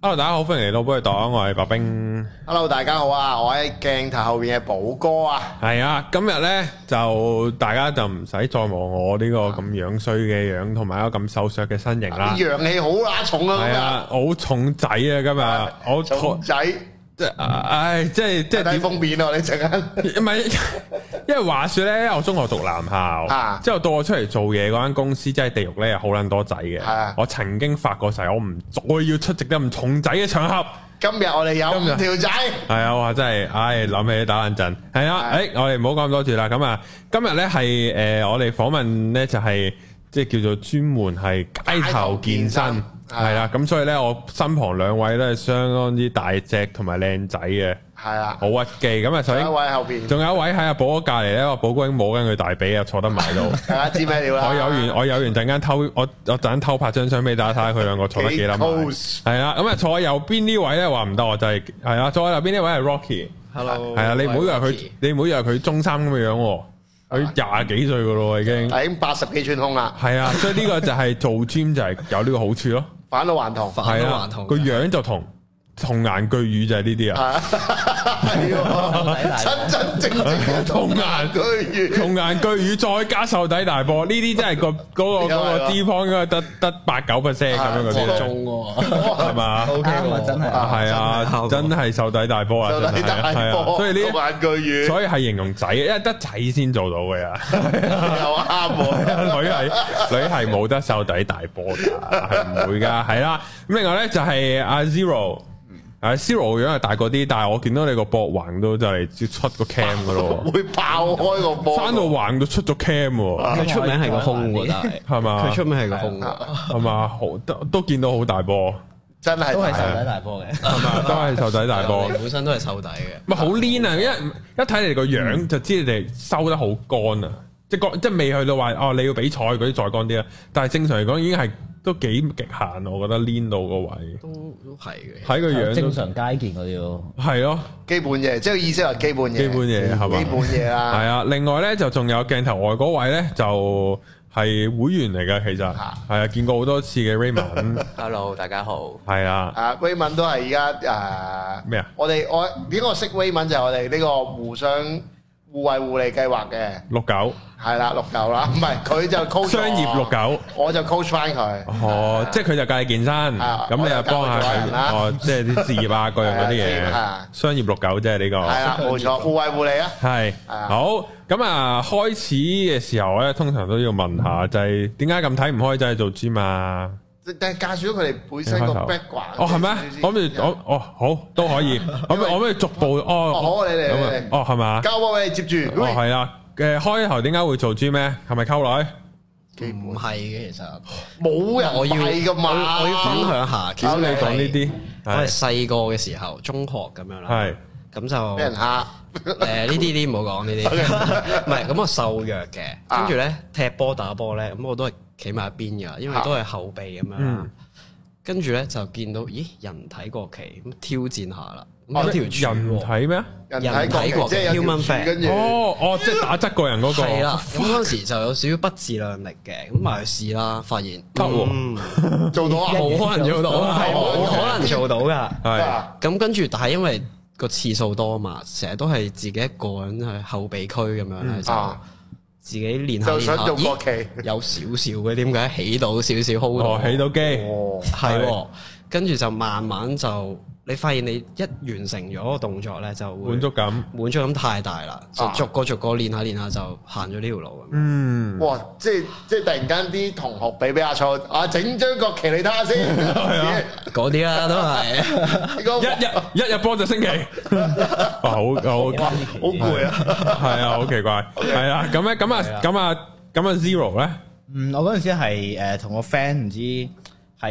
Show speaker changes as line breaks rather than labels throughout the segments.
Hello，大家好，歡迎嚟到寶藥黨，我係白冰。
Hello，大家好啊！我喺鏡頭後邊嘅寶哥啊，
係啊，今日呢，就大家就唔使再望我呢個咁樣衰嘅樣，同埋一個咁瘦削嘅身形啦。
陽氣好乸重
係
啊！
啊，好重仔啊，今日我
今日 重
肚
仔
即係唉，即係即係
睇
點
封面啊！你陣間
唔 係， 因為話說咧，我中學讀男校
啊，
之後到我出嚟做嘢嗰間公司，即係地獄咧，好撚多仔嘅
係啊。
我曾經發過誓，我唔再要出席得咁重仔嘅場合。
今日我哋有
今日
五條仔，
係啊，哇！真係，唉，諗起打冷震。係啊，
係
誒，我哋唔好講咁多住啦。咁啊，今日咧係呃誒，我哋訪問咧就係即係叫做專門係街頭健
街頭健身啊
身，係啦。咁所以咧，我身旁兩位咧相當之大隻同埋靚仔嘅，
係啦，
好屈機。咁啊，首
仲
先
有一。位後邊，
仲有一位喺阿寶哥隔離咧，阿寶哥已經摸緊佢大髀啊，坐得埋 度。
大家知咩料啦？
我有緣，我有緣陣間偷，我我陣間偷拍張相俾大家睇下佢兩個坐得幾撚埋。
close
係啦，咁啊坐喺右邊呢位咧話唔得，我就係係啦，坐喺右邊呢位係 Rocky，
Hello，
係啊，你唔好以為
我係
佢
Rocky，
你唔好以為佢中三咁嘅樣喎，佢廿幾歲噶咯喎已經。
已經八十幾寸胸啦，
係啊，所以呢個就係做 gym 就係有呢個好處咯。
返老還童，
反
係
都
啊
還，童
個樣就同童顏巨乳就係呢啲啊。
係 喎真真正正嘅
童顏
居 然
童顏巨乳再加瘦底大波，呢啲真係個嗰個嗰個脂肪應該得得八九 percent 咁樣嗰啲嚟，
中喎
係嘛？
，O K
啱啊
喎，
真係
啊
係啊，真係瘦底大波啊，
就
真
睇
係啊係
大
啊，
波，
所以呢
童顏巨乳
所以係形容仔，因為得仔先做到嘅啊，
又啱喎，
女係女係冇得瘦底大波噶，係唔會噶，係啦。咁另外咧就係阿 Zero，阿 Zero 個樣係大個啲，但係我見到你個膊橫到就嚟出個 cam 噶咯喎，
會爆開個波，
生到橫到出咗 cam 喎，
佢出名係個胸喎，但係
係嘛？
佢出名係個胸喎，
係嘛？好都都見到好大波，
真係
都係
大
瘦底大波嘅，
係 嘛？都係瘦底大波
我，哋本身都係瘦底嘅，
咪好 lean 啊！因為一睇你哋個樣就知你哋收得好乾啊，即係乾即係未去到話哦你要比賽嗰啲再乾啲啦。啊但係正常嚟講已經係都幾極限，我覺得 lean 到個位，
都都係嘅。
睇個樣
正
都
常街健嗰啲咯。
係咯，
基本嘢，即係意思話基本嘢，
基本嘢係嘛
基本嘢啦
係。啊。另外咧就仲有鏡頭外嗰位咧就係會員嚟嘅，其實係啊，見過好多次嘅 Raymond，
Hello，大家好，
係啊，
啊，威文都係而家誒
咩啊？
我哋我點解我識威文就係我哋呢個互相互惠互利計劃嘅，
六九
係啦，六九啦，唔係佢就 coach
商業六
我，
九。
我就 coach 翻佢，
哦，即係佢就教你健身，
啊
咁你又幫下佢
我就教佢做人，啦
哦，即係啲事業啊，各樣嗰啲
係啊
嘢，商業六九啫呢
係
個，
啦，冇錯，互惠互利啊，
係
啊
好咁啊！開始嘅時候咧，通常都要問下，就係點解咁睇唔開就係做 gym 啊？
但係介紹咗佢哋本身個
一開頭
background，
哦，係咩
你知？
我
唔
咪
知
我哦好都可 以，我咪我咪逐步哦，
哦好你嚟
咁啊
你嚟
哦係嘛？
交波俾你接住，
哦係啦，誒開頭點解會做 gym 咧？係咪溝女？
基本
唔係嘅，其實
冇人
我要
買噶嘛
我我要分享下，其
溝
實
你
我係
講呢啲
我係
係
細個嘅時候，中學咁樣啦，
係
咁就
俾人
誒
蝦，
呢啲呢啲唔好講呢啲，唔係咁我瘦弱嘅，
啊
跟住咧踢波打波咧，咁我都係企埋一邊噶，因為都係後備咁樣啦
嗯。
跟住咧就見到，咦人體國旗咁挑戰下啦，
哦
咁有條柱
人
喎
睇咩？
人
人
體
體
國
國
旗即係有條
human
柱
fat
跟住
哦哦，即係打側個人嗰個
係啦，咁嗰陣時就有少少不自量力嘅，咁埋去試啦，發現
得喎哦
嗯
做到啊，
冇可能做到，係
係
冇
冇
可能做到噶。
係。
咁跟住，但係因為個次數多嘛，成日都係自己一個人去後備區咁樣
嗯
咧，就
啊
自己練下
就
練下
想，做國
咦
旗，
有少少嘅，點解起到少少 hold 到？
哦，起到機，
哦，
係喎，跟住就慢慢就你發現你一完成咗個動作咧，就會
滿足感。
滿足感太大啦，就
啊
逐個逐個練下練下就行咗呢條路咁樣。
嗯，
哇！即係即係突然間啲同學俾俾阿蔡啊，整張國旗你睇下先。係
啊，
嗰啲啦，都係
一日一日波就星期， 哇，好好
哇，好攰啊！
係啊，好奇怪，係啊，咁咧，咁啊，咁啊，咁啊，zero 咧，
嗯，我嗰陣時係誒同我 friend 唔知喺誒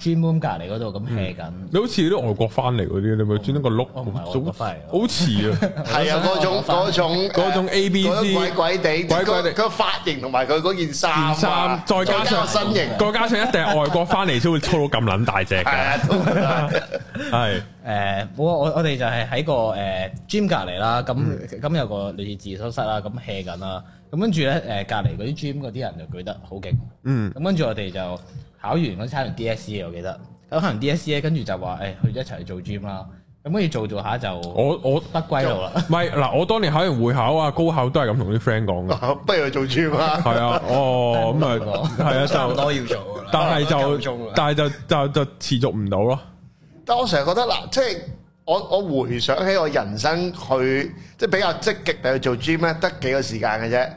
dream room 隔離嗰度咁 hea 緊，
你好似啲外國翻嚟嗰啲，你咪專登個碌，
我哦唔係外國返嚟
好似啊，
係啊，嗰種嗰種
嗰種
誒
ABC
嗰種鬼鬼地，
鬼鬼地
佢佢髮型同埋佢嗰件衫啊，
件衫再加上
個身形，
再加上一定係外國翻嚟先會操到咁撚大隻
係
嘅，
啊， 都
係
誒呃啊我我我哋就係喺個誒 gym 隔離啦，咁咁有個類似自修室啦，咁 hea 緊啦，咁跟住咧誒隔離嗰啲 gym 嗰啲人就舉得好勁，
嗯
咁跟住我哋就考完嗰陣考完 DSE 我記得，咁可能 DSE 跟住就話誒去一齊做 gym 啦，咁跟住做做下就
我我
不歸路 啦。
唔係嗱，我當年考完會考啊、高考都係咁同啲 friend 講嘅，
不如去做 gym 啊！
係啊，哦咁啊，係啊
差唔
就，
多要做㗎啦，
但係
夠鐘
就
啦
但係就就就持續唔到咯，
但我成日覺得嗱，即係我我回想起我人生去即係比較積極地去做 gym 咧，得幾個時間嘅啫。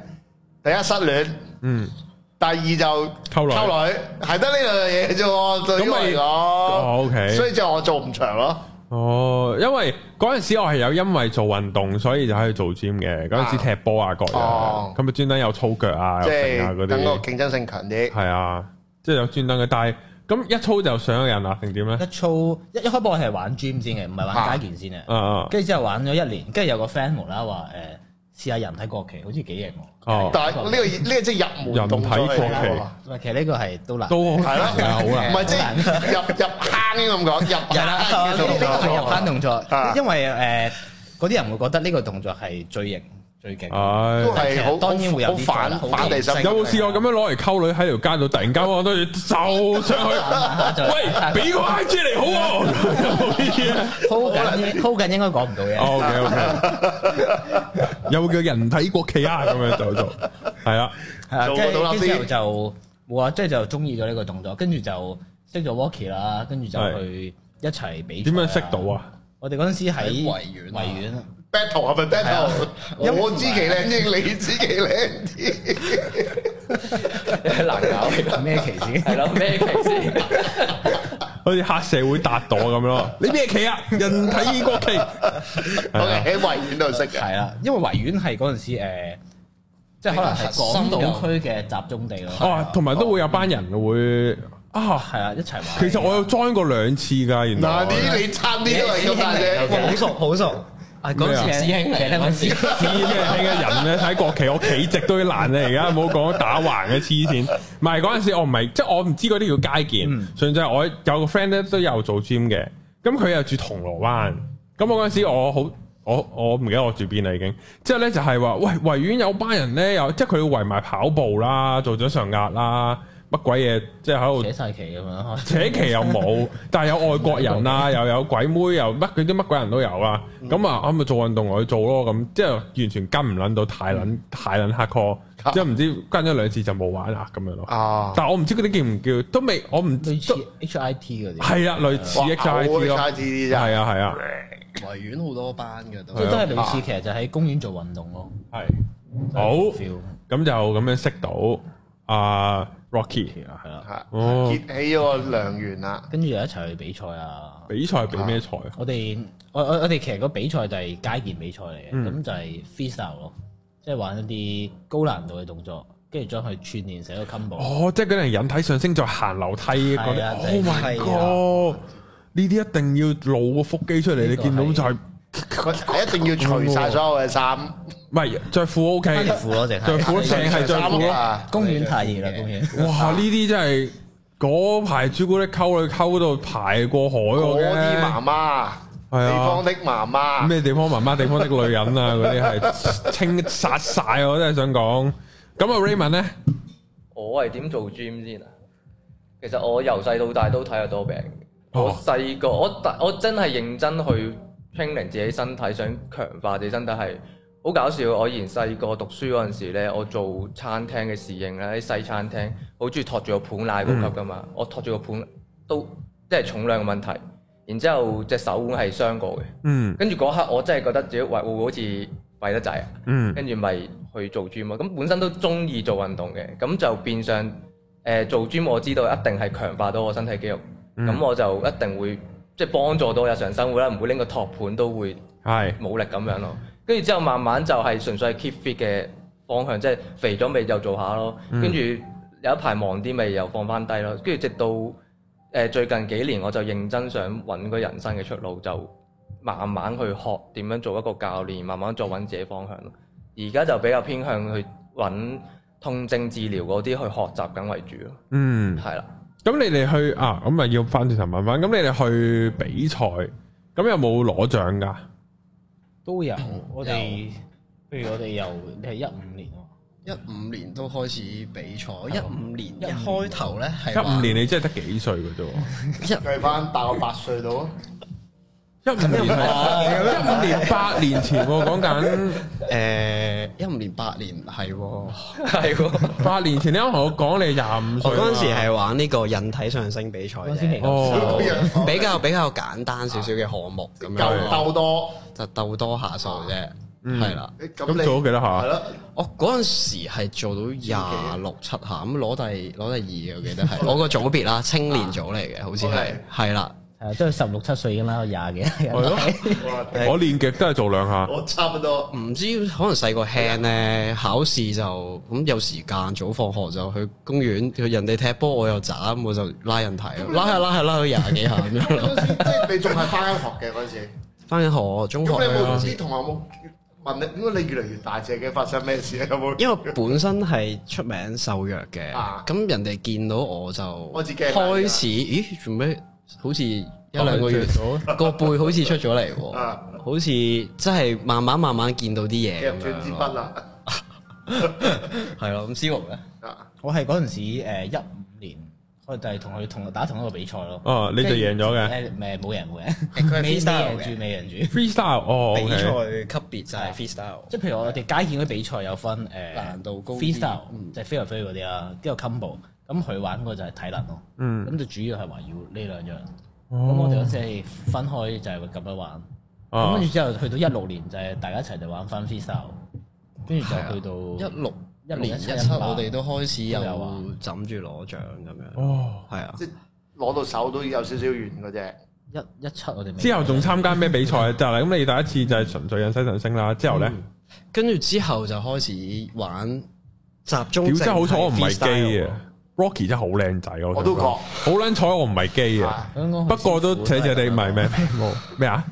第一失戀，
嗯，
第二就
溝女
溝女，係得呢兩樣嘢啫喎。對於我嚟
咁咪哦
講
，OK
所以就我做唔長咯。
哦，因為嗰陣時我係有因為做運動，所以就喺度做 gym 嘅，嗰陣時踢波啊各樣
哦，
咁啊專登有操腳啊，
即
有剩啊嗰
係等個
啲，
競爭性強啲。
係啊，即係有專登嘅，但係咁一操就上咗人啦，定點咧？
一操一一開波我係玩 gym 先嘅，唔係
啊
玩街拳先嘅。
啊啊，
跟住之後玩咗一年，跟住有個 friend 無啦啦話誒試下人體國旗，好似幾型喎。
哦，
但係呢個呢個即係入門動作嚟
人體國旗
㗎
唔係其實呢個係都難，
都好
係
難
咯，
啊，好難
唔。係即係入入坑應該咁講，入
係啦，呢
坑嘅
個
動
係入
作
坑。動作
啊，
因為誒嗰啲人會覺得呢個動作係最型最勁。
唉
都係好
當然會有
好
啲
反
好
反地心。
有冇試過咁樣攞嚟溝女喺條街度，突然間我都要就上 去，喂，俾個 I G 嚟好喎，有冇呢啲 咧
鋪緊鋪緊應該講唔到嘢。
？O K O K，有冇叫人體國旗啊？咁樣就做，係啊，
係啊
做
跟
到啦
跟住之後
先
就冇啊，即係就中意咗呢個動作，跟住就識咗 Walkie 啦，跟住就去一齊比賽
點
啊
樣識到？啊？
我哋嗰陣時喺
喺維園啊
維園啊
battle 係咪 battle？
因為
我知其靚啲，你知其靚啲。
難搞，
咩棋先？
係咯咩歧先？
好似黑社會搭檔咁 咯？你咩旗啊？人體國旗，
我
係
哋
啊
喺維園度識嘅，
係啦，因為維園係嗰陣時誒，即係可能係港島區嘅集中地咯。
哦，同埋都會有班人會啊，
係啊，一齊玩。
其實我有 join 過兩次㗎，原
嗱
來。
啲你差啲都係咁大
哇
啫。
好熟好熟，啊嗰
咩啊
陣時
師兄嚟
嗰陣時
知咩嘅人咧睇國旗，我企直都難咧。而家唔好啊講打橫嘅黐線。唔係嗰陣時我唔係，即係我唔知嗰啲叫街健。純粹係我有個 friend 咧都有做 gym 嘅，咁佢又住銅鑼灣。咁我嗰陣時我好。我我唔記得我住邊啦已經，之後咧就係話，喂維園有班人咧，有即係佢圍埋跑步啦，做咗上壓啦，乜鬼嘢，即係喺度
寫晒棋咁樣，
扯旗又冇，但係有外國人啊，又有鬼妹，又乜佢啲乜鬼人都有啊。咁啊，我咪做運動我去做咯，咁即係完全跟唔撚到太撚太撚黑 call，即係唔知跟咗兩次就冇玩啦咁樣咯。
啊，
但係我唔知嗰啲叫唔叫，都未我唔
類
都
似 HIT 嗰啲，
係啊，類似
哇
XIT
好
咯，
差啲啲咋
係啊係啊，
維園好多班嘅都
即。係都係類似，其實就喺公園做運動咯。
係好
，feel
咁就咁樣識到阿 Rocky
啊係啦。
嚇
哦
結起咗個良緣啦。
跟住又一齊去比賽啊！
比賽比咩賽啊？
我哋我我我哋其實個比賽就係街健比賽嚟嘅，
嗯
咁、就係 freestyle 咯，即係玩一啲高難度嘅動作，跟住將佢串連成一個 combo。
哦，即係嗰啲人引體上升再行樓梯嗰
係
啲
啊
，Oh my
係
god！呢啲一定要露個腹肌出嚟，你
呢個
見到
係
就係
佢一定要除晒所有嘅衫，
唔係着褲 OK，
翻條褲咯，淨
着
係
褲
除
淨係
晒
着
衫
褲咯。
啊！
公園太熱啦，公園。
哇！呢啲真係嗰排朱古力溝女溝到排過海
嗰
我
啲
嘅
媽媽，
係啊
地方的媽媽，
咩地方媽媽地方的女人啊，嗰啲係 清殺晒我真係想講。咁啊 Raymond 咧，
我係點做 gym 先啊？其實我由細到大都體弱多病嘅。
哦
我細個我大我真係認真去 training 自己身體，想強化自己身體係好搞笑。我以前細個讀書嗰陣時咧，我做餐廳嘅侍應啦，啲西餐廳好中意托住個盤拉高級噶嘛。我托住個盤都即係重量問題，然之後隻手腕係傷過嘅。
嗯
跟住嗰刻我真係覺得自己喂會唔會好似廢得滯啊！
嗯
跟住咪去做 gym 咯。咁本身都中意做運動嘅，咁就變相誒、呃做 gym，我知道一定係強化到我身體肌肉，咁、
嗯
我就一定會即係幫助到日常生活啦，唔會拎個托盤都會
係
冇力咁樣咯。跟住之後慢慢就係純粹係 keep fit 嘅方向，即係肥咗咪又做下咯。
嗯
跟住有一排忙啲咪又放翻低咯。跟住直到誒、呃最近幾年，我就認真想揾個人生嘅出路，就慢慢去學點樣做一個教練，慢慢再揾自己方向咯。而家就比較偏向去揾痛症治療嗰啲去學習緊為主咯。
嗯。
係啦，
咁你哋去啊，咁咪要翻轉頭問翻，咁你哋去比賽，咁有冇攞獎噶？
都有，我哋譬如我哋由你係一五年喎，
一五年都開始比賽，一五年哦一開頭咧係
一五年你真係啊得幾歲嘅啫喎？
計翻大我八歲到啊！
一五年係一五年八年前喎，講緊
誒一五年八年係喎。
係喎，
八年前，你啱同我講你廿五歲啊嘛，
我嗰陣時係玩呢個引體上升比賽
嗰陣時嚟
嘅，
哦
嗰樣
比較比較簡單少少嘅項目咁
鬥
樣咯，
鬥多，
就鬥多下數啫，
嗯
係啦。
咁
咁做咗幾多
係
下？
咯，
我嗰陣時係做到廿六七下，咁攞第攞第二嘅，我記得 係我個組別啦，青年組嚟嘅，好似係
OK
哦係啦。
係啊都係十六七歲已經啦，廿幾。係
係咯，我練極都係做兩下。
我差唔多。
唔知可能細個輕咧，考試就咁有時間，早放學就去公園，佢人哋踢波我又斬，我就拉人睇 咯，拉下拉下拉到廿幾下咁樣
嗰
咯。
陣時即係你仲係翻緊學嘅嗰陣時，
翻緊學，中學
咁你有
嗰
冇
陣時
啲同學有冇問你點解你越嚟越大隻嘅？發生咩事咧？有冇？
因為本身係出名瘦弱嘅，咁、
啊
人哋見到我就
我自己係
開始，咦，做咩好似一兩個月
哦
個背好似出咗嚟 喎，
啊
好似真係慢慢慢慢見到啲
夾
嘢咁
住支
樣
筆啊
咯，
啦，
係咯，咁思豪咧，
啊
我係嗰陣時一五年，我就係同佢同打同一個比賽咯。
哦你就贏咗嘅
誒誒冇贏 冇贏，
佢係
未未
freestyle
贏
嘅
住未贏住。
，freestyle 哦
比
o
賽級別就係 freestyle，
即係譬如我哋街健嗰啲比賽有分誒
難度高啲
freestyle
嗯
即係飛來飛去嗰啲啦，跟住 combo，咁佢玩嗰個就係體能咯，
嗯
咁就主要係圍繞呢兩樣。咁我哋
哦
嗰時係分開就係咁樣玩，咁
啊
跟住之後去到一六年就係大家一齊就玩翻 freestyle，跟住就
一
去到
啊
六一
一
年
年
一
一
七，
七
我哋都開始有
都有啊
枕住攞獎咁樣，
哦，
係啊，
即係攞到手都有少少軟嗰只。
一一七我哋未
之後仲參加咩比賽？就係咁，你第一次就係純粹引西上升啦。之後咧，
嗯
跟住之後就開始玩集中，
屌真係好彩我唔係基啊。Rocky 真係好靚仔，我
我都
覺
覺
好撚彩我唔係基啊，
香港佢
不過都
師傅
謝謝
係
你
咁
唔
樣
係咩咩冇咩啊，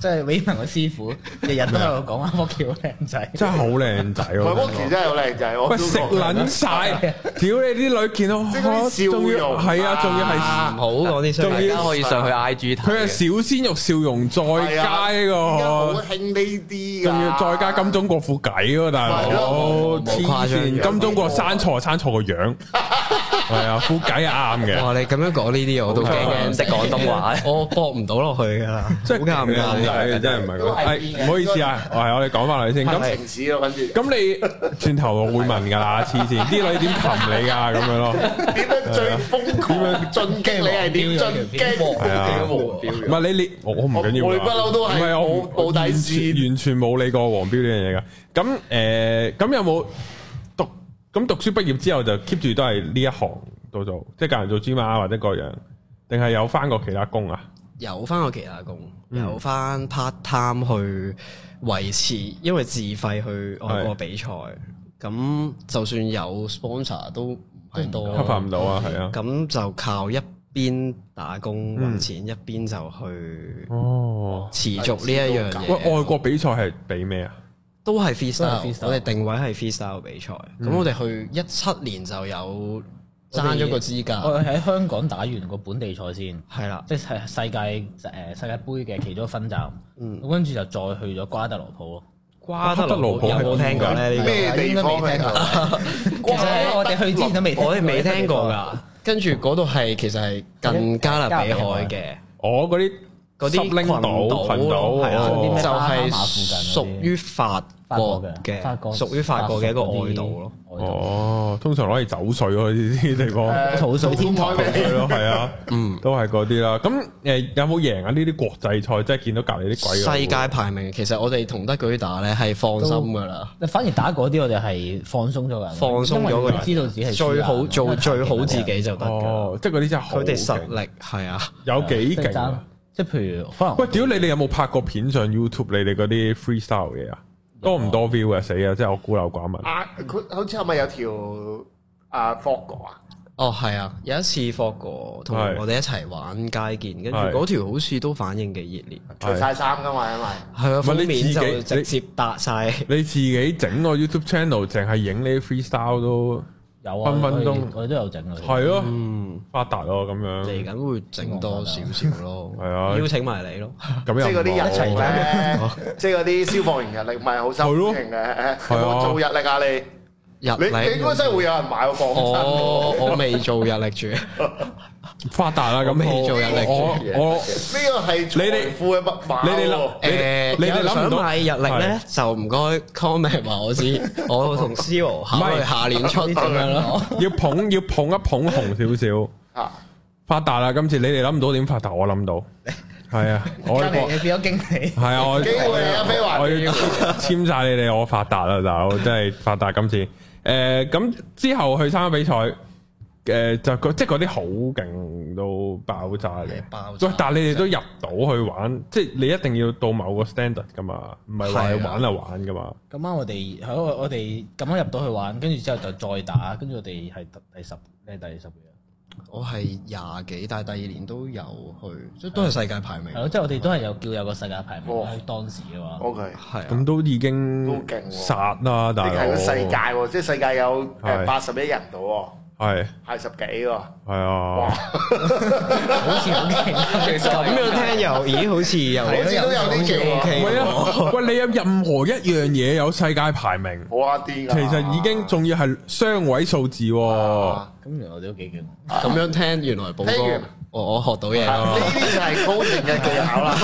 即係偉文個師傅日日都 喺度講阿 b o k 好靚仔，
真係好靚仔
佢
我覺得
Rocky 真係好靚仔，我
喂
都
食
覺啊
撚晒，屌你啲女見到
即係嗰啲笑
仲要
容
係啊，仲要
唔
係
好講啲衰
仲
嘢
要
大家可以上去 I G 睇
佢係
嘅。
小鮮肉笑容再
係啊
加呢
而家好
個。
興呢啲㗎
仲要再加金鐘國副計喎，大
係
佬
咯
黐
冇誇張
線！金鐘國生錯生錯個樣， 係啊，副計係啱嘅，
哇！你咁樣講呢啲嘢我都驚
唔 識廣東話，
我搏唔到落去㗎啦，好
真係哎
尷尬。
真係唔係
都係
咁。係唔好意思啊，我係我哋講翻嚟先。咁
咁城市啊咯，跟住
咁你 轉頭我會問㗎啦，黐線，啲女點擒你㗎咁樣咯？
點樣最瘋狂進擊？你係點進擊？
係啊唔係你你我我唔緊要
我
㗎
哋不嬲都係
唔係我唔
冇冇底
完全
線
完全冇理過黃標呢樣嘢㗎。咁誒咁有冇讀咁讀書畢業之後就 keep 住都係呢一行度做，即係教人做芝麻或者各樣，定係有翻過其他工啊？
有翻個其他工，
嗯
有翻 part time 去維持，因為自費去外國比賽，咁就算有 sponsor 都唔係
哦
多
cover 唔到啊，係啊。
咁就靠一邊打工揾錢，一邊就去
哦，
持續呢一樣嘢。
喂，外國比賽係俾咩啊？
都係
都係
freestyle，
freestyle
我哋定位係 freestyle 比賽。咁我哋去一七年就有爭咗個資格，
我喺香港打完個本地賽先，
係啦，
即係世界誒世界盃嘅其中一個分站，
嗯
咁跟住就再去咗瓜德羅普咯。
瓜
德羅普
有
係
冇聽過咧？呢個
咩地方啊嚟㗎？
其實我哋去之前都未，
我哋未聽過㗎。跟住嗰度係其實係近加勒比海嘅
我嗰啲
嗰啲
濕拎
群
島群島，
係啦，
哦
就
巴哈
係
馬附近嗰啲
屬於法
法
國
國
哦
嘅，
嘅
法國，
屬於法國嘅一個外島咯。
外島。
哦，通常攞嚟走水咯，呢啲地方
誒
土水天
做
堂
公開
係
咩
咯，係啊，嗯，都係嗰啲啦。咁誒有冇贏啊？呢啲國際賽即係見到隔離啲鬼佬
世界排名其實我哋同德舉打咧係放心㗎啦，
反而打嗰啲我哋係放鬆咗㗎，
放鬆咗㗎
因為知道自己係輸
最
㗎
好
因
做
為
最好自己就得㗎。
哦，即係嗰啲真係好
佢哋
勁
實力係啊，
有幾
即係
勁
爭
啊。
即係譬如可能
喂，屌你！你有冇拍過片上 YouTube 你哋嗰啲 freestyle 嘢啊？多唔多 view 啊？死啊！即係我孤陋寡聞。
啊！佢好似係咪有條啊 fog 過啊？
哦係啊，有一次霍哥同
係
我哋一齊玩街健，跟住
係
嗰條好似都反應幾熱烈，
除晒衫㗎嘛，因為
係啊，
係
封
你自
面
己
就直接搭晒。
你自己整個 YouTube channel 淨係影呢啲 freestyle 都
有啊，
分分鐘
我哋我哋都有整啊。
係咯，
嗯，
發達咯咁
嚟
樣。
緊會整多少少咯，
係啊
邀請埋你咯，
咁
即係
又
嗰
唔
啲
好
日
齊
咧，即係嗰啲消防員日力唔係好受
係咯
歡迎嘅，
係啊
有冇做日力啊你？
日
你
曆
你應該真係會有人買喎，講真。
我我未做日歷住，
發達啦咁
我未
我
做人力
我我
呢個係
你哋
財富嘅密碼
你哋
喎
諗。
诶，
你你
呃有人
諗唔
想
到
買日歷咧，就唔該 comment 話我知， 我同 C O 考
唔
慮
係
下年出咁樣咯。
要捧要捧一捧紅少少，
啊
發達啦！今次你哋諗唔到點發達，我諗到，係啊，我
隔離你變咗經理，
係啊，我
機會嚟啊飛華
我要簽晒你哋，我發達啦，大佬真係發達今次。誒咁之後去參加比賽，誒就嗰即係嗰啲好勁到爆炸嘅。
爆炸
喂，但係你哋都入到去玩，即係你一定要到某個 standard 噶嘛，唔係話
係啊
你玩就玩噶嘛。
咁啱我哋喺我我哋咁啱入到去玩，跟住之後就再打，跟住我哋係第第十，你係第十嘅，
我係廿幾，但係第二年都有去，即係都係世界排名
係。咯，即係我哋都係有叫有個世界排名
哇
喺當時嘅話，
OK，呢
係啊
咁，都已
都
經
勁喎
殺啦，
個
大
係
佬。
個世界喎，即係世界有
係
誒八十億人度喎，
係
係十幾喎。
係啊。
好 似好勁，
其實
咁樣聽又，咦， 好似又
好似都有啲勁喎
OK
唔係
喎
啊！ 喂，你有任何一樣嘢有世界排名，
好啊癲㗎。
其實已經仲要係雙位數字喎。
啊
咁原來我哋都幾勁，
咁樣聽，原來寶哥
聽完，
我我學到嘢
啊呢
咯。
啲就係高盛嘅技 巧啦。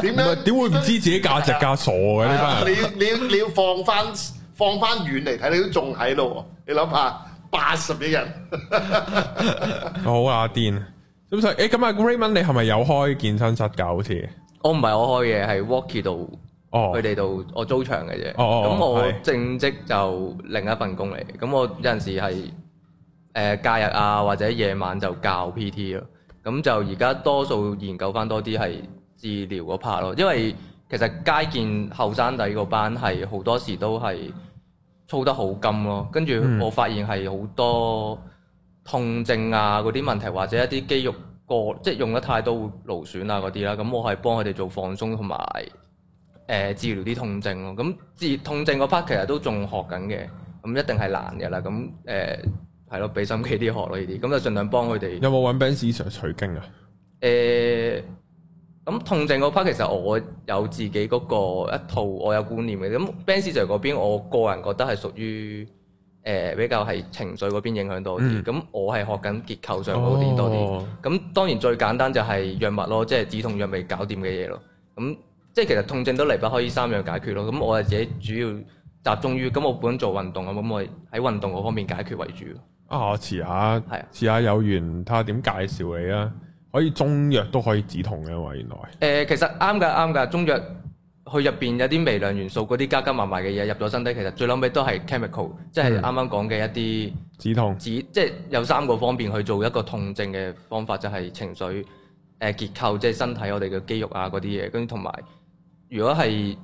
點
唔係
樣？
點會唔知自己價值㗎？傻嘅呢班人
你。要你要你要放翻放翻遠嚟睇，你都仲喺度喎。你諗下，八十億人，
好啊，癲！咁所以，誒咁啊，Raymond，你係咪有開健身室㗎？好似
我唔係我開嘅，係 Walkie 度
哦
佢，哋度我租場嘅啫。
哦哦
咁我
係
正職就另一份工嚟，咁我有陣時係誒假日啊或者夜晚就教 PT 咯。咁就而家多數研究翻多啲係治療嗰 part 咯，因為其實街健後生仔個班係好多時都係操得好金咯，跟住
嗯
我發現係好多痛症啊嗰啲問題，或者一啲肌肉過即係用得太多會勞損啊嗰啲啦，咁我係幫佢哋做放鬆同埋誒呃治療啲痛症咯。咁治痛症嗰 part 其實都仲學緊嘅，咁一定係難嘅啦。咁誒係咯，俾心機啲學咯呢啲，咁就盡量幫佢哋。
有冇揾 Ben Sir 取經啊？
誒，呃咁痛症嗰 part 其實我有自己嗰個一套我有觀念嘅。咁 Ben Sir 嗰邊，我個人覺得係屬於誒、比較係情緒嗰邊影響多
嗯
啲。咁、我係學緊結構上嗰啲多啲。
哦
咁、當然最簡單就係藥物咯，即係止痛藥未搞掂嘅嘢咯。咁即係其實痛症都離不開呢三樣解決咯。咁我係自己主要集中於咁我本身做運動啊，咁我喺運動嗰方面解決為主。
啊，我遲下
係啊
遲下有緣睇下點介紹你啊！可以中藥都可以止痛嘅喎，原來。
誒、呃其實啱㗎啱㗎，中藥佢入邊有啲微量元素嗰啲加加埋埋嘅嘢入咗身體，其實最撚尾都係 chemical，即係啱
嗯
啱講嘅一啲
止痛
止，即係有三個方面去做一個痛症嘅方法，就係、情緒、誒、結構，即係身體我哋嘅肌肉啊嗰啲嘢，跟住同埋如果係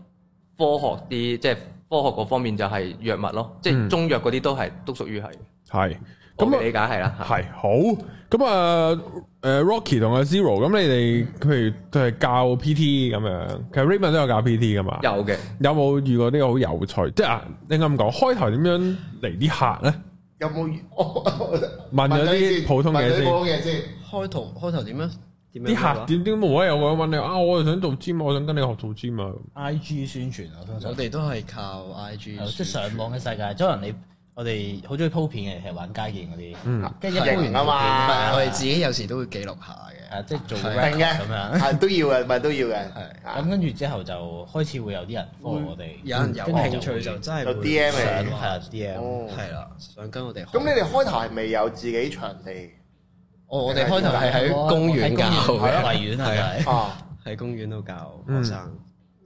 科學啲，即係科學嗰方面就係藥物咯，即係
嗯
中藥嗰啲都係都屬於係，
係
我
咁
嘅
啊。
理解係 啦。
係好咁啊！誒 Rocky 同阿 Zero 咁，你哋譬如都係教 PT 咁樣，其實 Raymond 都有教 PT 噶嘛？
有嘅。
有冇遇過呢個好有趣？即係啊，你咁講，開頭點樣嚟啲客咧？
有冇？我我
問咗
你
啲
先
普通
問
嘢
咗啲普
先，
通嘢先。
開頭開頭點樣？點樣啊
啲客點點冇得有個人問你啊？我又想做 gym，我想跟你學做 gym 啊！
I G 宣傳啊，通常
我。哋都係靠 I G，
係咯即係上網嘅世界，即係可能你我哋好中意鋪片嘅，係玩街健嗰
嗯
啲，跟住一鋪完
型啊嘛
條片
我哋自己有時都會記錄下嘅。
啊即係做
係
record
定嘅
咁樣。
係都要嘅，咪都要嘅。啊
咁跟住之後就開始會有啲人 follow 我哋，
有人有興趣就真係
有
會
DM 嚟
上
上
係
網
啊 D M，
哦
係啦，想跟我哋學。
咁你哋開頭係未有自己場 地
我我哋開頭係啊喺公園教嗯嘅，
係哦維園係咪？
啊？
喺公園度教學生。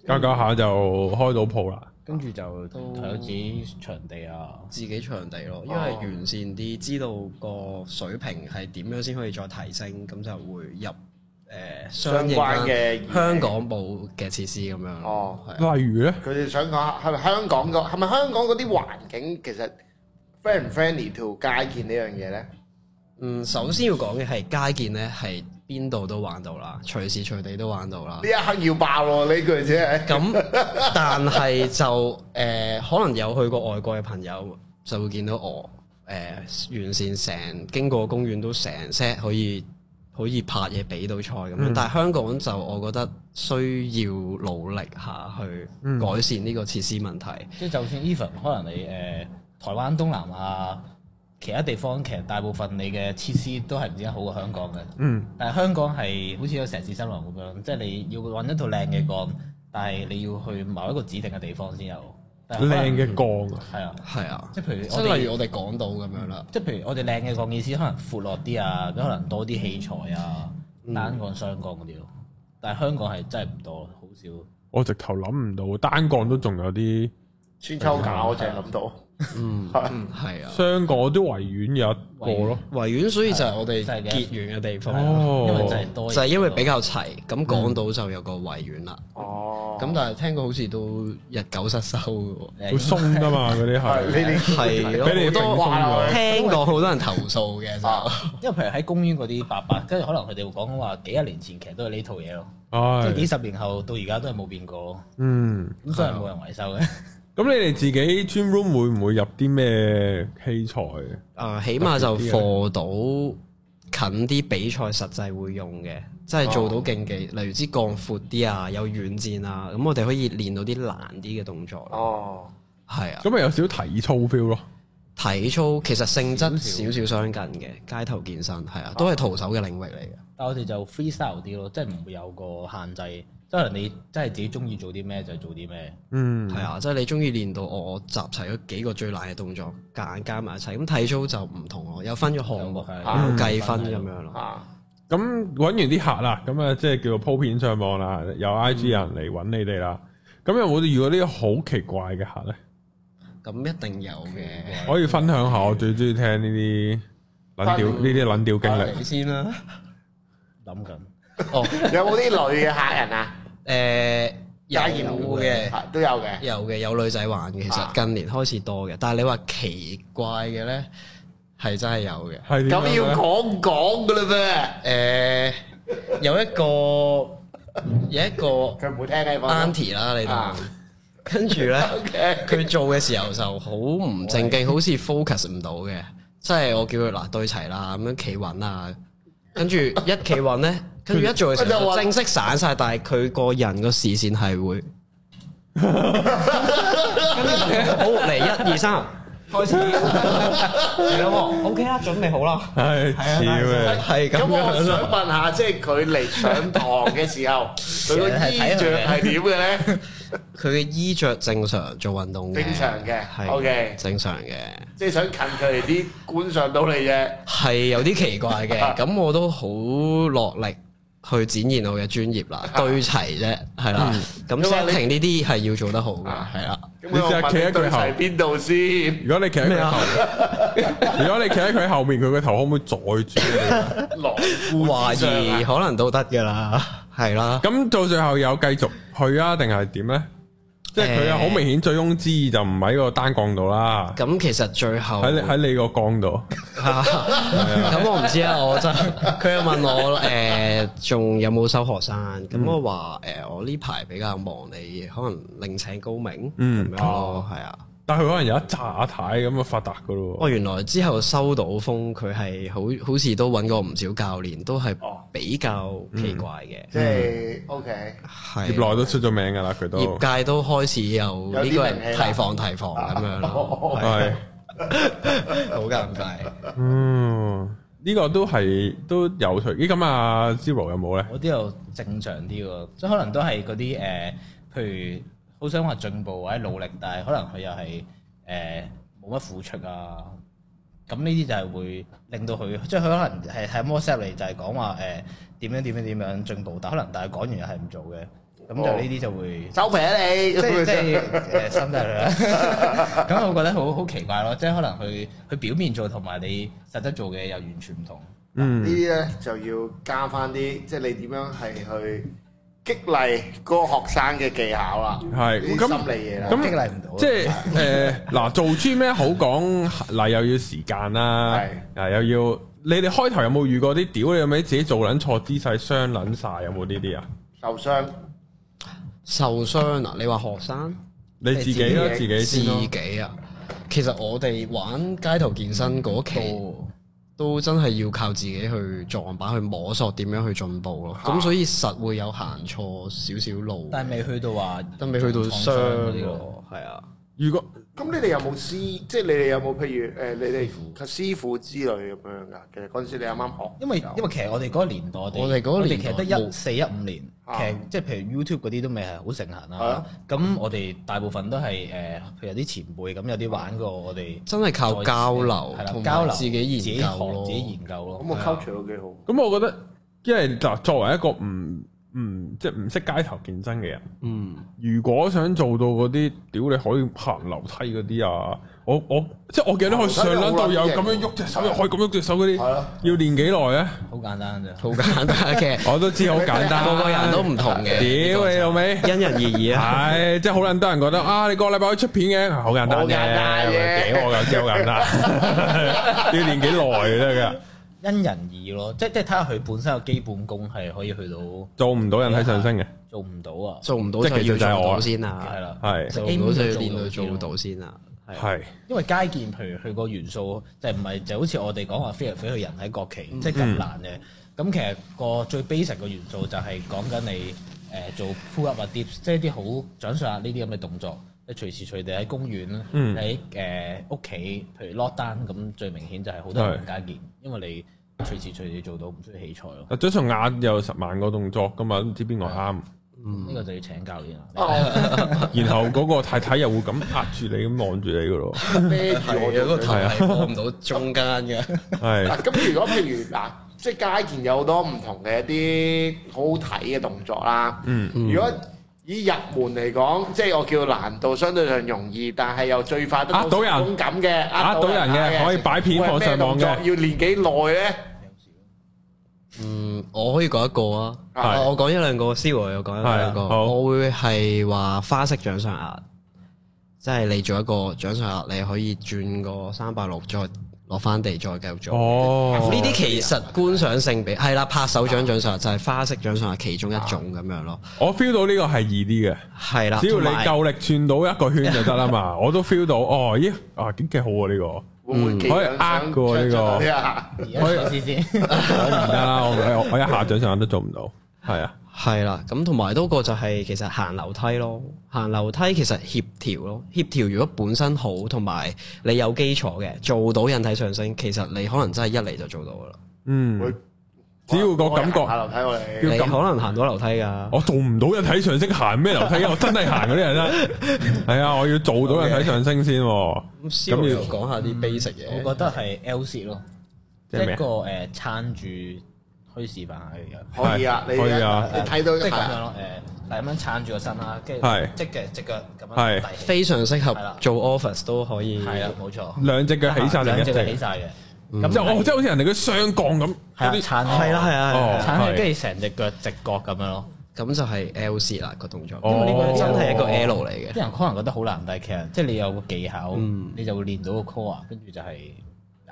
教教下就開到鋪啦。
跟住就睇到自己場地啊，
自己場地咯，因為完善啲，知道個水平係點樣先可以再提升，咁就會入誒、呃相應啦
相關嘅
香港冇嘅設施咁樣。
哦
係啊，
例如咧，
佢哋想講係咪香港個係咪香港嗰啲環境其實 friend 唔 friendly to 街健呢樣嘢咧？
嗯，首先要講嘅係街健咧，係邊度都玩到啦，隨時隨地都玩到啦
呢。一刻要爆喎呢句啫，
咁但係就誒、呃可能有去過外國嘅朋友就會見到我誒、呃完善成經過公園都成 set 可以可以拍嘢俾到賽咁樣，但係香港就我覺得需要努力下去改善呢個設施問題。
即係就算 even 可能你誒呃台灣、東南亞其他地方，其實大部分你嘅設施都係唔知好過香港嘅。
嗯，
但係香港係好似有城市新郎咁樣，即係你要揾一套靚嘅鋼，但係你要去某一個指定嘅地方先有。但係可
靚
能
嘅鋼啊，
係啊，
係啊，
即係譬如
即
我
係
哋
例如我哋講到咁樣啦，
即係譬如我哋靚嘅鋼意思，可能闊落啲啊，咁可能多啲器材啊，
嗯
單鋼、雙鋼嗰啲咯。但係香港係真係唔多，好少。
我直頭諗唔到，單鋼都仲有啲，
穿秋架我淨係諗到，
嗯，
係
係啊，
雙鋼都維園有一個咯。
維園所以就係我哋
係嘅
結緣嘅地方，
哦
因為真係多嘢
就係因為比較齊，咁港島就有個維園啦。
哦，
咁但係聽過好似都日久失修嘅喎。
會鬆噶嘛？嗰啲
係你
係，
哋
係咯，
俾你平
好多啊
封咗。
聽講好多人投訴嘅就
因為譬如喺公園嗰啲伯伯，跟住可能佢哋會講話幾廿年前其實都係呢套嘢咯，即係幾
唉，
十年後到而家都係冇變過咯，
嗯，
咁所以
啊
冇人維修嘅。
咁你哋自己 gym room 會唔會入啲咩器材？
誒，啊起碼就貨到近啲比賽實際會用嘅，即係做到競技，例如支鋼闊啲啊，有軟戰啊，咁我哋可以練到啲難啲嘅動作咯。
哦，
係啊，
咁咪有少少體操 feel 咯。
體操其實性質少少相近嘅，街頭健身係啊，都係徒手嘅領域嚟嘅。
但我哋就 freestyle 啲咯，即係唔會有個限制，即係可能你真係自己中意做啲咩就做啲咩。
嗯，
係啊，即係你中意練到我我集齊咗幾個最難嘅動作，夾硬加埋一齊。咁體操就唔同咯，有分咗項目，
有係
有計分咁樣咯。
啊，
咁揾完啲客啦，咁啊即係叫做鋪片上網啦，有 I G 人嚟揾你哋啦。咁有冇遇到啲好奇怪嘅客咧？
咁一定有嘅。
可以分享下，我最中意聽呢啲撚屌呢啲撚屌經歷。
你先啦。
諗緊，
哦，
有冇啲女嘅客人啊？
誒有
戒煙
嘅，
啊都有嘅，
有嘅有女仔玩嘅，其
啊
實近年開始多嘅。但係你話奇怪嘅咧，係真係有 嘅。
係
咁
點樣咧
要講講噶啦
誒有一個有一個
噃，佢唔會聽嘅，放心
auntie 啦，你
啊
當。跟住咧。
，OK，
佢做嘅時候就好唔正經，好似 focus 唔到嘅。即係我叫佢嗱對齊啦，咁樣企穩啊，跟住一企穩 咧，跟住一做嘅時候就正式散晒，但係佢個人個視線係會，好嚟一二三，開 始嚟咯，OK 啦，準備好啦，
唉，似咩？
係咁
咁我想
樣啦。
問下，即係佢嚟上堂嘅時候，佢個衣着係點嘅咧？
佢嘅衣着正常，做運動嘅
正常嘅
係
OK
正常嘅。
即係想近佢哋啲觀賞到你啫。
係有啲奇怪嘅，咁我都好落力去展現我嘅專業啦，對齊啫，係啦。咁
因為你
setting 呢啲係要做得好嘅，
啊
係啦。
咁
你
我
試下企
問
喺
你對
佢後
齊邊度先？
如果你企喺
咩
佢
啊
後，如果你企喺佢後面，佢個頭可唔可以再轉？
羅啊
懷疑可能都得㗎啦，係啦。
咁到最後有繼續去啊，定係點咧？即係佢啊，
誒
好明顯醉翁之意就唔喺個單槓度啦，
咁其實最後，
喺你喺 你個槓度。
咁我唔知啊，我真佢又問我誒仲有冇收學生，咁我話誒我呢排比較忙，你可能另請高明
嗯
咁樣咯，係啊。
但係佢可能有一炸太咁啊發達噶咯
我哦原來之後收到風，佢係好好似都揾過唔少教練，都係
哦
比較奇怪嘅，
嗯
嗯
即係 OK，
喎，
係
業內都出咗名噶啦，佢都
業界都開始有呢個
有啲名氣
人
啦
提防提防
啊
咁樣咯，
係，
好尷尬。
嗯，呢個都係都有趣。咦，咁啊，Zero 有 冇咧？
我啲又正常啲喎，即係可能都係嗰啲誒，譬如好想話進步或者努力，但係可能佢又係誒冇乜付出啊。咁呢啲就係會令到佢，即係佢可能係喺 WhatsApp 嚟就係講話誒點樣點樣點樣進步，但可能但係講完又係唔做嘅，咁
哦
就呢啲 就會。
收皮啊你！
即係即係誒心底裏啦， 咁我覺得好好奇怪咯，即係可能佢佢表面做同埋你實質做嘅又完全唔同。
呢
嗯，
啲咧就要加翻啲，即係你點樣係去激勵嗰個學生嘅技巧啦，
係
呢啲
咁
心理嘢啦。
咁
激勵唔到啊
即係誒嗱，做豬咩好講嗱，又要時間啦，嗱又要你哋開頭有冇遇過啲屌你有咪自己做撚錯姿勢傷撚晒有冇呢啲啊？
受傷
受傷啊？你話學生？
你自己啦，
你自
自
己
己
自
先咯。
己啊？其實我哋玩街頭健身嗰期。都真係要靠自己去撞板，去摸索點樣去進步咯。咁所以實會有行錯少少路嘅。
但係未去到話，
但未去到傷
創傷嗰啲
喎
咯，
係啊，
如果
咁你哋有冇師，即係你哋有冇譬如誒、呃你哋師傅之類咁樣㗎？其實嗰陣時你啱啱學，
因為因為其實我哋嗰個年代，我
我哋嗰個年代
其實得
冇
一四一五年，
啊
其實即係譬如 YouTube 嗰啲都未係好盛行
係啊
啦。咁我哋大部分都係誒，譬如有啲前輩咁有啲玩過我哋，
真係靠交流
係啦
同
交
埋
流
自己研
自己
究
學
咯
自己研究咯。
咁個
係啊
culture 都幾好。
咁，我覺得因為嗱，作為一個唔唔即係唔識街頭健身嘅人，
嗯，
如果想做到嗰啲屌你可以行樓梯嗰啲啊，我我即係我記得我上撚到有咁樣喐隻手，又可以咁喐隻手嗰啲
係啊，
要練幾耐咧？
好簡單啫。
好簡單 嘅，
我都知好簡單，
個個人都唔同嘅，
屌你老味。
因人而異啊。
系，即係好撚多人覺得啊，你個禮拜可以出片嘅，好簡單
好
啫，
簡單啫
屌我咁知好簡單， 要練幾耐啊得噶，
因人而異咯，即即係睇下佢本身嘅基本功係可以去到
做唔到人體上升嘅，
做唔到啊，
做唔到
即
就
係其
要
實就
做
係我
到
啊
先
係
啊，
啦，
係
做
基
唔
本
到
上
就要練到
做
做
到
到先啊。係
係
因為街健譬如佢個元素就唔係就好似我哋講話飛嚟飛去人體國旗，
嗯
即係咁難嘅。咁其實個最 basic 嘅元素就係講緊你誒做 pull up 啊 dips，即係啲好掌上壓啊呢啲咁嘅動作，即係隨時隨地喺公園、
嗯
喺誒屋企，譬如 lock down 咁最明顯就係好多人唔街健，因為你隨時隨地做到唔需要器材咯。
啊，張崇雅有十萬個動作噶嘛，都唔知邊個啱，嗯
呢個就要請教練啦。
哦然後嗰個太太又會咁壓住你，咁望住你噶咯，
孭
啊
住我
係
做
有個
嘅
頭係啊過唔到中間嘅，
係
嗱，咁如果譬如嗱，即係街健有好多唔同嘅一啲好好睇嘅動作啦。
嗯，
如果以入門嚟講，即係我叫難度相對上容易，但係又最快都
呃到人
成功感嘅，
呃到人嘅可以擺片
喂
放上網嘅
啊咩動作要練幾耐咧？
嗯，我可以講一個啊，
係
我我講一兩個思維，我講一兩
係
個，
好
我會係話花式掌上壓，即係你做一個掌上壓，你可以轉個三百六，再落翻地，再繼續做。
哦，
呢啲其實觀賞性比係啦，拍手掌掌上壓就係花式掌上壓其中一種咁樣咯，
我 feel 到呢個係易啲嘅。
係啦。
只要你
同埋
夠力轉到一個圈就得啦 嘛，我都 feel 到哦，咦啊幾幾好啊呢個，
會唔會幾
可以呃嘅喎呢個
想像下啊
而家試試先，
我唔得啦，我我我一下掌上壓都做唔到，係啊，
係啦，咁同埋多個就係其實行樓梯咯，行樓梯其實協調咯，協調如果本身好，同埋你有基礎嘅，做到引體上升，其實你可能真係一嚟就做到噶啦。
嗯。
會
只要個感覺
啊我行下樓梯我哋
要
你
咁
可能行到樓梯噶，
我做唔到人體上升，行咩樓梯？我真係行嗰啲人啦。係啊，我要做到人體上升先喎。
咁嗯
咁要
講下啲 basic 嘢
我覺得係 L 式咯，
即係
即係
咩啊
一個誒撐住，可以示範下嘅而家。
可以啊，你
可以啊
你睇到
即係咁樣
係
咯，誒，嗱咁樣撐住個身啦，跟住
係
即嘅隻腳咁
係
樣遞起，
非常適合
係啦
做 office 都可以。
係啊，冇錯，
兩隻腳起晒定
兩
一
隻
隻
腳起，晒嘅，咁
即係我即係
係
好似人哋嘅雙槓咁。
係啊
嗰啲
撐起，
係啦係啊，係
哦
啊
撐
係
起跟住成隻腳直角咁樣咯。
咁就係 L 字啦個動作，
哦
因為呢個真係一個 L 嚟
啲
嘅。
人可能覺得好難，但係其實即係你有個技巧，
嗯
你就會練到個 core，跟住啊就係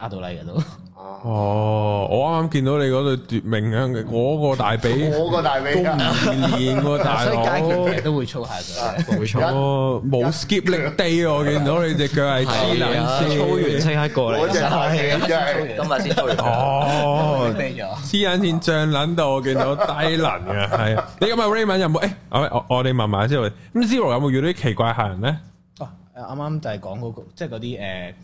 呃到你嘅都。
啊
哦，我啱啱見到你嗰對奪命啊！我個大髀 都
我個大髀
唔
啊
練喎，大
所以街健其
佬
實。都會操下嘅。
冇錯，
哦，冇 skip leg day 喎我見到你隻腳係黐
係
撚
啊，
線，
操完即刻過
我
嚟
隻。大髀真係
今啊日先 做完。
哦。
飛咗。
黐撚線漲撚到，我見到低能嘅，係啊你咁啊 Raymond 有冇？誒、我我我哋問埋先喎。咁 Zero 有冇遇到啲奇怪客人咧？
哦，誒啱啱就係講嗰個，即係嗰啲誒，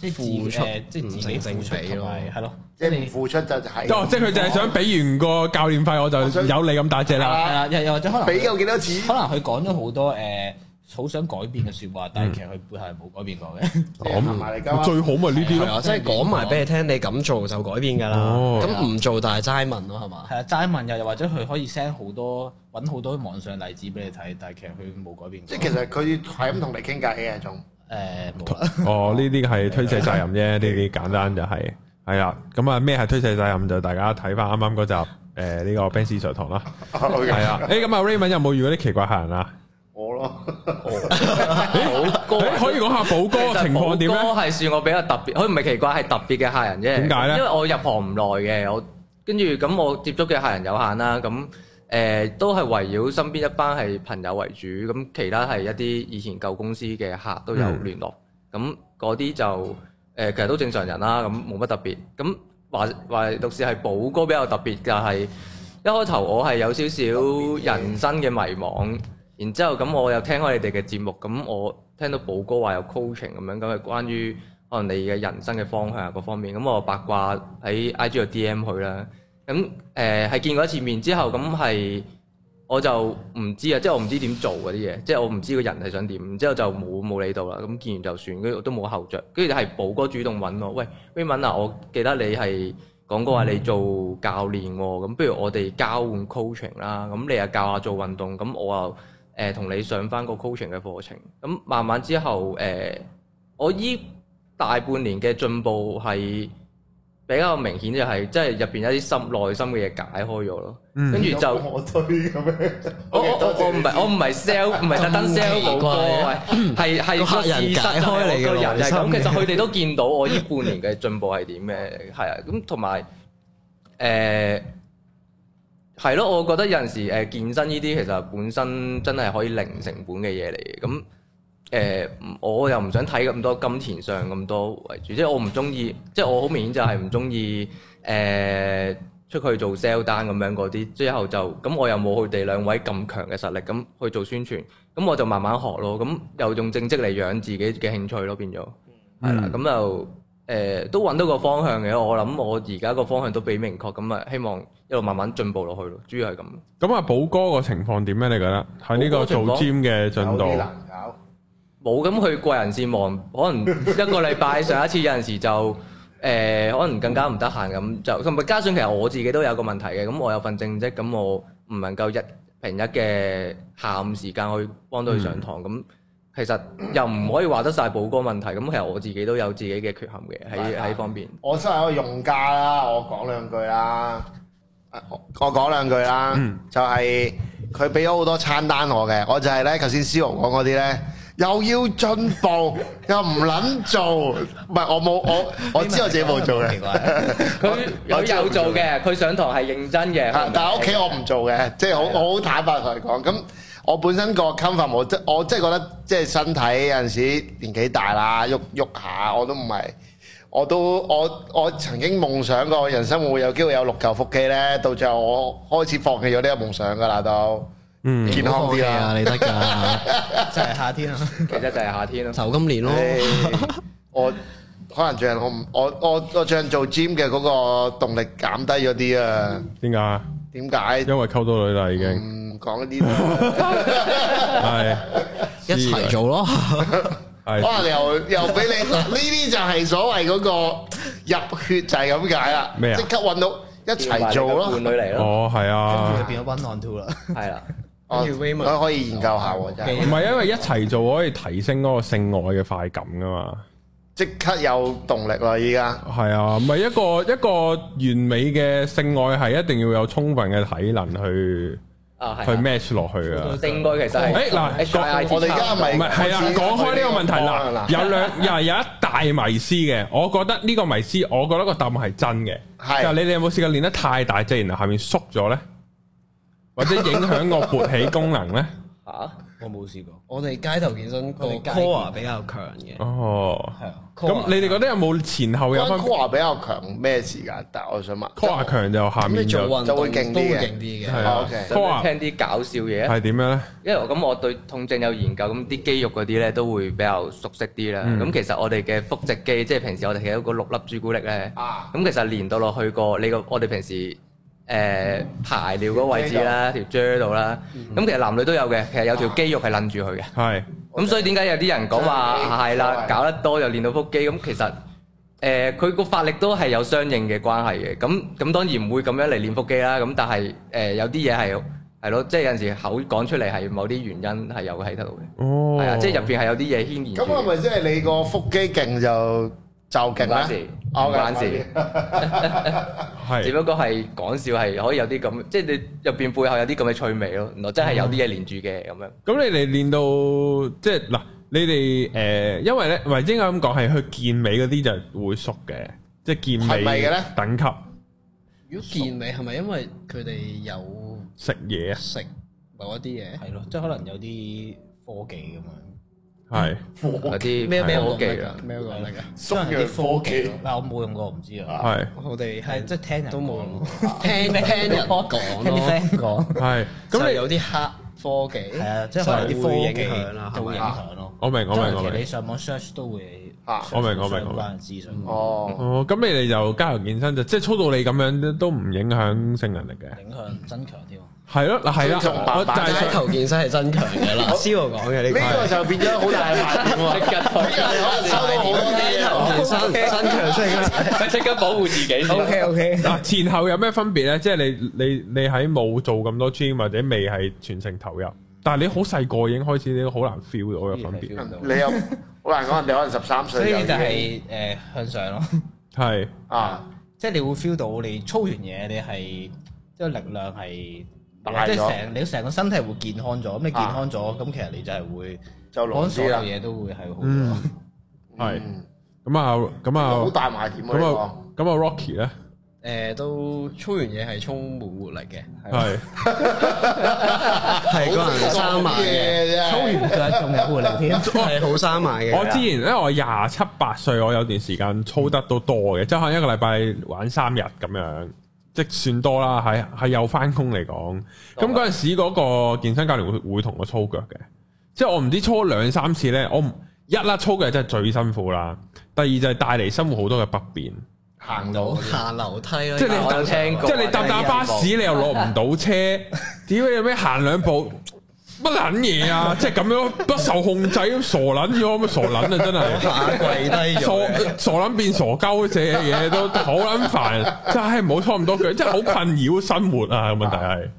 即係
付
自
出
誒，即係自己付出同埋係咯，
即係唔付出就係啊
哦，即係佢就係想俾完個教練費，我就
我想
有你咁大隻
係
啦。
啦，又又或者可能
俾夠幾多錢
哦
可能佢講咗好多誒好想改變嘅説
嗯
話，但係其實佢背後係冇改變 過嘅。
即係行埋嚟
咁
㗎
最好咪呢啲
係
咯。
啊，即係講埋俾你聽，你咁做就改變㗎啦。
哦
咁唔做但係齋問咯，係嘛？
係啊，齋問又又或者佢可以 send 好多揾好多網上例子俾你睇，但係其實佢冇改變
即
過。
係其實佢係咁同你傾偈嘅仲，
誒冇啊啦，
哦，呢啲係推卸責任啫，呢啲簡單就係係啦。咁啊，咩係推卸責任就大家睇翻啱啱嗰集誒呢、個 Ben Sir 上堂啦。係
係
啊，誒咁啊 Raymond 有冇遇到啲奇怪客人啊？
我咯，
寶哥
誒可以講下寶哥嘅情況點咧？
係算我比較特別，佢唔係奇怪，係特別嘅客人啫。
點解咧
因為我入行唔耐嘅，我跟住咁我接觸嘅客人有限啦，咁誒、呃都係圍繞身邊一班係朋友為主，咁其他係一啲以前舊公司嘅客都有
嗯
聯絡，咁嗰啲就誒、呃其實都正常人啦，咁冇乜特別。咁話話獨是係寶哥比較特別嘅係。一開頭我係有少少人生嘅迷惘，然之後咁我又聽開你哋嘅節目，咁我聽到寶哥話有 coaching 咁樣，咁係關於可能你嘅人生嘅方向啊各方面。咁我八卦喺 IG 度 DM 佢啦。咁誒係見過一次面之後，咁係我就唔知啊，即係我唔知點做嗰啲嘢，即係我唔知個人係想點。然之後就冇冇理到啦。咁見完就算，跟住我都冇後着。跟住係寶哥主動揾我，喂 r a y m o n 啊，我記得你係。講過話你做教練喎，咁不如我哋交換 coaching 啦。咁你又教下做運動，咁我又誒同你上翻個 coaching 嘅課程。咁慢慢之後誒、呃我依大半年嘅進步係比較明顯、就係即係入邊一啲心內心嘅嘢解開咗咯。
嗯
跟住就
我推咁樣。
我我
OK，多謝
我我唔係我唔係 sell 唔係特登 sell 冇歌，係係係
啊個客人
事實
解開你嘅
就係我個人就
內
係咁。
心嘅
其實佢哋都見到我呢半年嘅進步係點嘅，係啊。咁同埋誒係咯，我覺得有陣時誒健身呢啲其實本身真係可以零成本嘅嘢嚟嘅。咁誒、我又唔想睇咁多金錢上咁多為主，即係我唔中意，即係我好明顯就係唔中意誒呃出去做 sell 單咁樣嗰啲，之後就咁我又冇佢哋兩位咁強嘅實力，咁去做宣傳，咁我就慢慢學咯，咁又用正職嚟養自己嘅興趣咯，變咗係啦，咁就誒、都揾到個方向嘅，我諗我而家個方向都幾明確，咁啊希望一路慢慢進步落去咯，主要係咁。
咁啊，寶哥個情況點咧？你覺得喺呢個
寶哥情
做
況
gym 嘅進
有啲
度？
難搞。
冇咁佢個人事忙，可能一個禮拜上一次，有陣時就誒、可能更加唔得閒咁就，同埋加上其實我自己都有個問題嘅，咁我有份正職，咁我唔能夠一平日嘅下午時間去幫到佢上堂，咁、其實又唔可以話得晒寶哥問題，咁其實我自己都有自己嘅缺陷嘅喺喺方面。
我身為一個用家啦，我講兩句啦，啊我我講兩句啦，
嗯
就係佢俾咗好多餐單我嘅，我就係咧頭先 C 羅講嗰啲咧，又要進步又唔撚做，唔係我冇我我知我自己冇做嘅
奇，怪
佢
我
有
知道
有做嘅，佢上堂係認真嘅
啊，但係屋企我唔做嘅，即係好
係啊
我好坦白同你講，咁我本身個 comfort 我即我即係覺得即係身體有陣時年紀大啦，喐喐下我都唔係。我都我我曾經夢想過人生會唔會有機會有六嚿腹肌呢？到最後我開始放棄咗呢個夢想㗎啦，都
嗯，
健康啲啦。
啊你得㗎，
就係夏天啦。啊
其實就係夏天咯。
就今年咯，
唉我可能最近我唔我我我最近做 gym 嘅嗰個動力減低咗啲啊，
點解？
點解？
因為溝到女啦，已經
唔講呢啲。
係啊
一齊做 咯，
係
哇！又又俾你 嗱，呢啲就係所謂嗰個入血就係咁解啦，
咩啊
即刻揾到一齊做
叫
咯
埋你，個伴侶嚟咯，
哦，係
跟住就
啊，
變咗 one on two 啦。
係啦。
哦
跟住 Raymond
我可以研究下喎，真係
唔係因為一齊做可以提升嗰個性愛嘅快感噶嘛。
即刻有動力啦！依家
係啊，唔係一個一個完美嘅性愛係一定要有充分嘅體能去
啊，
去
係啊。
match 落去啊。
應該其實係
誒嗱
HIIT
我哋而家
差唔多
咪
唔係係啊，講開呢個問題啦，有兩又有一大迷思嘅，我覺得呢個迷思，我覺得個答案係真嘅，
係
就係你哋有冇試過練得太大隻，然後下面縮咗咧，或者影響個勃起功能咧？
嚇。
我冇試過。
我哋街頭健身個
我哋街
core 比較強嘅，
哦，
係啊，
咁你哋覺得有冇前後有
關
分
core 比較強咩時間？但係我想問
core 強就下
咁
面
你做
就
運動
就
都
會
會
勁啲嘅
勁啲
係
嘅，
啊
OK
core
聽啲搞笑嘢，啊
係點樣咧？
因為我咁我對痛症有研究，咁啲肌肉嗰啲咧都會比較熟悉啲啦。咁、其實我哋嘅腹直肌，即係平時我哋睇到嗰六粒朱古力咧，咁、
啊，
其實連到落去個你個我哋平時誒、呃排尿嗰個位置啦，條 j 度嗯啊啦，咁、其實男女都有嘅，其實有條肌肉係撚住佢嘅。
係
咁所以點解有啲人講話啊係啦，搞得多又練到腹肌咁，其實誒佢個發力都係有相應嘅關係嘅。咁咁當然唔會咁樣嚟練腹肌啦。咁但係誒、有啲嘢係係咯，即係有陣時口講出嚟係某啲原因係有喺度嘅，
哦
係啊、即係入邊係有啲嘢牽連住
咁係
嘅。
咪即係你個腹肌勁就就勁
唔關
啦？
事
哦
唔關事只
係
不過係講笑係可以有啲咁，即係你入邊背後有啲咁嘅趣味咯。原來
嗯
真係有啲嘢連住嘅咁樣。
咁你哋練到即係嗱，你哋誒、呃因為咧，唔係應該咁講，係去健美嗰啲就會縮嘅，即係健
係咪嘅
美
咧
等級
如果健美係咪因為佢哋有
食嘢
食某一啲嘢？
係咯，即係可能有啲科技咁樣。
係
有啲
咩咩
科技
力
啦
啊？，咩講力啊？
縮陽科技
嗱，啊我冇用過，我唔知啊。
係
我哋
係
係
即係聽人
都 冇
講咯
聽聽人講
聽啲
咯，
friend 講。
係
咁
咁
你
你
有啲黑科技，
係啊，即係可能啲
就會
科
影
技
響啦，
就會
係
影
咪啊
響咯。
我明我
即係
明我
其實
明
你。上網 search 都會
啊
search
我明我明
到相
我明
關嘅資訊，
哦，
哦，咁你哋就加強健身就即係操到你咁樣都唔影響性能力嘅。
影響增強添。
係咯，嗱係啦，
仲白
我就
白
係
齋
想
街頭健身係增強嘅 啦。Zero 講嘅呢
呢
個
個就變咗好大嘅賣點 喎，
即刻
呢個你可能收到好多
街頭
嘢
健身增強性啦。
即刻保護自己先。
OK，
嗱前後有咩分別咧？即係你你你喺冇做咁多 gym 或者未係全程投入，但係你好細個已經開始你都好難 feel 到有分別。
你又好難講，人哋可能十三
所
歲
以
有
就
嘢
係誒向上咯，
係
啊，
即係你會 feel 到你操完嘢，你係即係力量係
大
即
咗啊
係成你成個身體會健康咗。咁你健康咗，咁其實你就係會
就老
講所
啲
有
啦，
嘢都會係好
嗯
咗。
Ừ.
係
嗯
咁啊咁
好
啊
大賣點喎
咁
呢
啊
個。
咁啊 Rocky 咧
誒都操完嘢係充滿活力 嘅，
係啊
係個人生埋嘅，
真係
操完腳仲有活力添。
係好生埋嘅。
我之前咧我廿七八歲，我有段時間操得都多嘅，即係可能一個禮拜玩三日咁樣。即算多啦，喺喺有翻工嚟講，咁嗰陣時嗰個健身教練會會同我操腳嘅，即係我唔知操兩三次呢，我唔一啦操腳真係最辛苦啦，第二就係帶嚟生活好多嘅不便，
行 到
下樓梯啦，
即係你
我有聽過，
即啊係你搭搭巴士你又落唔到車， 屌你有咩行兩步乜撚嘢啊！即係咁樣不受控制咁傻撚咗，咁傻撚啊真係。
下跪低
傻
咗。
傻撚變傻鳩，寫嘢都好撚煩，真係唔好拖咁多腳，真係好困擾生活啊！問題係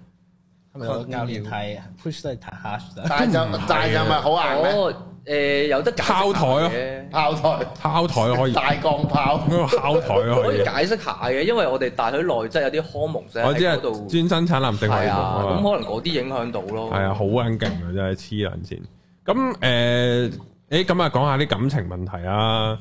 係咪個教練太 push 得太 harsh 啦？
但係就但係就咪好硬咩？
哦，誒有得解釋下
炮台咯
嘅
炮台
敲台可以，
大鋼炮
嗰個敲台可
可以
以，
解釋下嘅，因為我哋大腿內側有啲荷蒙啫，
我知
喺
啊
嗰度，
專生產男性荷爾
係啊，咁
蒙啊，
可能嗰啲影響到咯。
係啊，好撚勁啊，真係黐撚線。咁誒，誒咁啊，講下啲感情問題啊，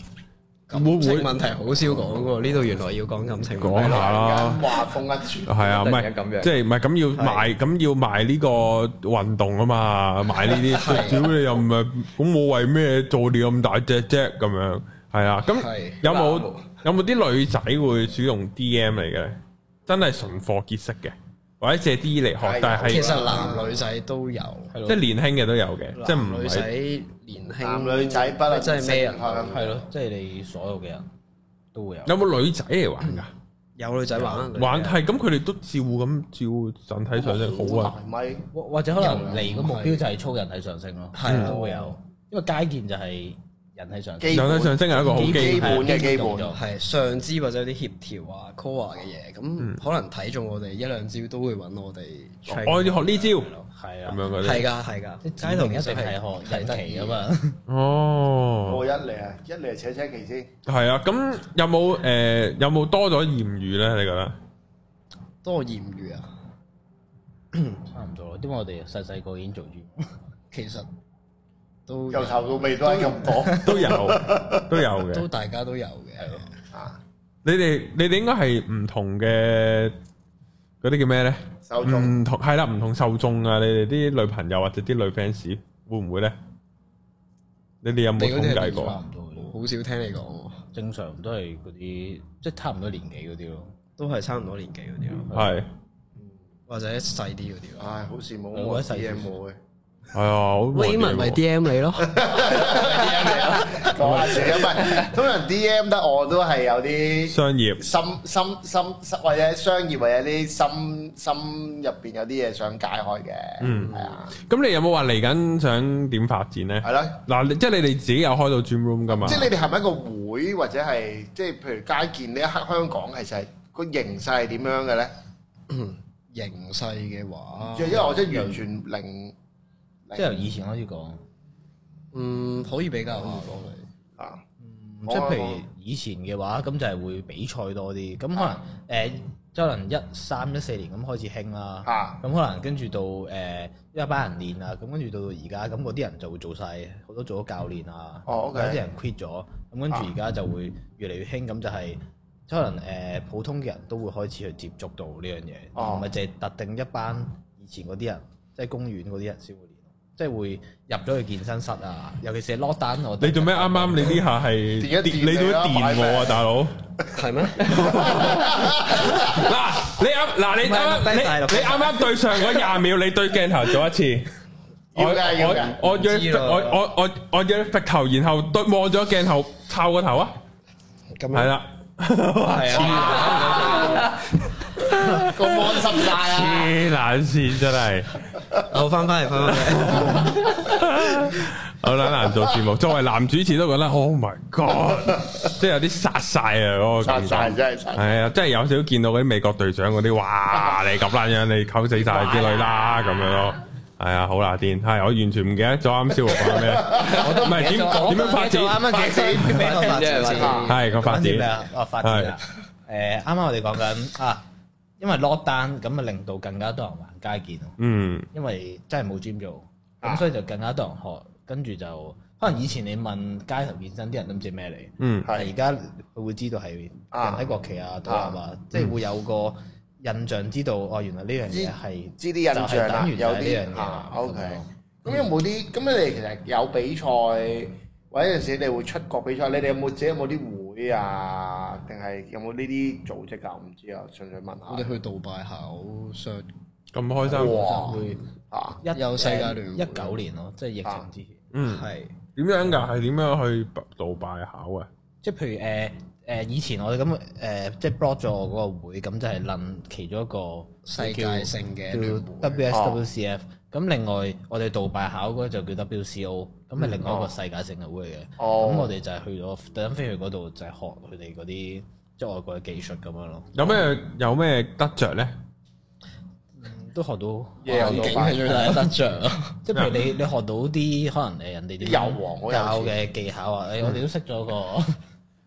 會
感
唔
情
會
問題好少講喎，呢度原來要講感情
講
問題。
下啦？
話風一轉，
係啊，唔
突然
係
間咁樣
即係唔係咁要賣，咁要賣呢個運動啊嘛，賣呢啲，屌你又唔係咁我為咩做你咁大隻啫咁樣，係啊，咁
係
有冇
啱喎
有冇啲女仔會主動 D M 嚟嘅咧？真係純貨結識嘅，或者借 D 嚟學
係，
但係
其實男女仔都有，
即係年輕嘅都有嘅，即係
啊男
唔
女
係
仔年輕，
男女仔不能
真係咩人？
係咯，即係你所有嘅人都會有。
有冇女仔嚟玩㗎？
有女仔玩，
玩係咁，佢哋都照咁照整體上升好啊，
咪
或或者可能嚟個目標就係操人體上升咯，
係啊
都會有，因為街健就係人體上升，
基
整體上
本
升係一個好基本
基本嘅基
基本
本，
係上肢或者有啲協調啊、core 嘅嘢，
嗯
咁可能睇中我哋一兩招都會揾我哋 train。
我要學呢招
係
咁
啊，
樣嗰啲
係。㗎，係㗎，
即係指明一定係學人期啊嘛，
哦，
我一嚟啊，一嚟扯扯旗先，
系啊，咁有冇诶、呃有冇多咗谚語咧？你覺得？
多豔遇啊！
差唔多咯，因為我哋細細個已經做住，
其實都
由頭到尾都係咁 講
都有都有
都
嘅。
大家都有嘅，
啊，
你哋你哋應該係唔同嘅嗰啲叫咩咧？
手中
唔同係啦，唔同受眾啊！你哋啲女朋友或者啲女 fans 會唔會咧？你哋有冇
你嗰啲
統
係
計過
差
啊？
唔多咯，
好少聽你講喎，
正常都係嗰啲即係差唔多年紀嗰啲咯，
都係差唔多年紀嗰啲咯，
係
或者細啲嗰啲咯。
唉，好羨慕
我
我
一世
啲嘢冇嘅，
係啊，好無聊
Raymond 咪 D M 你咯，
講下先，唔係通常 D M 得我都係有啲。
商業
心心心心或者商業或者啲心心入邊有啲嘢想解開嘅，
嗯
係啊，
咁你有冇話嚟緊想點發展咧？
係咯。
嗱，你即係你哋自己有開到 gym room 噶嘛？
即係你哋係咪一個會或者係即係譬如街健呢一刻香港其實係個形勢係點樣嘅咧？
形勢嘅話
即係，因為我真係完全零
即係由以前開始講，
嗯，可以比較下講嚟。
啊，
嗯即係譬如以前嘅話，咁就係會比賽多啲，咁可能誒，即係可能一三一四年咁開始興啦。
啊
咁可能跟住到誒、呃一班人練啊，咁跟住到而家，咁嗰啲人就會做晒，好多做咗教練啊，
哦，OK 啊
有啲人 quit 咗，咁跟住而家就會越嚟越興，咁就係、即係可能誒、呃普通嘅人都會開始去接觸到呢樣嘢，
哦
唔係淨係特定一班以前嗰啲人，即係公園嗰啲人先會練，即係會入咗去健身室啊，尤其是 lock down 我哋
你做咩啱啱你呢下係
電一電
你做咩
你啊擺
電我啊，
明
大佬？
係咩？
嗱，你啱嗱，你
唔係
啱
錄低
啱
晒錄
你
低
你啱啱對上嗰廿秒，你對鏡頭做一次，我
要嘅要嘅，
我我約
知咯啊
我我我我約你揈頭，然後對望咗鏡頭，抄個頭啊，
嗯
咁
係
樣
啦，
係啊，
個安心晒啊！
黐冷線真係，
我翻翻嚟，翻翻嚟，
好撚難做節目。作為男主持都覺得，Oh my God，即係有啲殺晒啊嗰個
殺
感
晒
覺。
真係殺晒，
係啊，真係有少少見到嗰啲美國隊長嗰啲， 哇！你咁撚樣，你溝死晒之類啦，咁樣咯。係啊，好乸癲。係我完全唔記得咗啱先講 咩，我都唔係點點樣發展，
啊
啱啱
發展
俾我發展先。
係個發
講啲咩
展。
啊？哦，發展啊！誒，啱啱我哋講緊啊，因為 lock down 咁啊，令到更加多人玩街健咯。
嗯
因為真係冇 gym 做，
啊
咁所以就更加多人學，跟住就可能以前你問街頭健身啲人都唔知咩嚟，
嗯
但係
係
而家佢會知道係人喺國旗啊、倒立
嗯
啊，即係會有個印象知道哦，原來呢樣嘢係
知啲印
就
象
係
啦
等，於就
有
係呢樣
啲
嘢
啊
啦
，OK
咁樣。
咁有冇啲咁你哋其實有比賽，或者有陣時你會出國比賽，你哋有冇自己有冇啲會啊？定係有冇呢啲組織啊？唔知啊，純粹問
我
下
哋。去杜拜考 shot
咁開心，
哇
會
啊，
一
有世界聯
一
會
九年咯，即係疫情之前，
嗯，
係
點樣㗎？係點樣去杜拜考啊？
即係譬如誒誒以前我哋咁誒即係 block 咗我嗰個會，咁就係論其中一個
世界性嘅聯
叫
會哦
WSWCF，咁另外我哋杜拜考嗰就叫 WCO，咁係另外
嗯哦
一個世界性嘅會嚟嘅。咁
哦
我哋就係去咗特登飛去嗰度，就係學佢哋嗰啲即係外國嘅技術咁樣咯，
有咩
嗯
有咩得着咧？
都學到。啊
夜遊
環境
到
係最大 嘅得着咯。
即係譬如你你學到啲可能誒人哋點樣
遊王好有
教
錢
嘅技巧啊，誒我哋都識咗個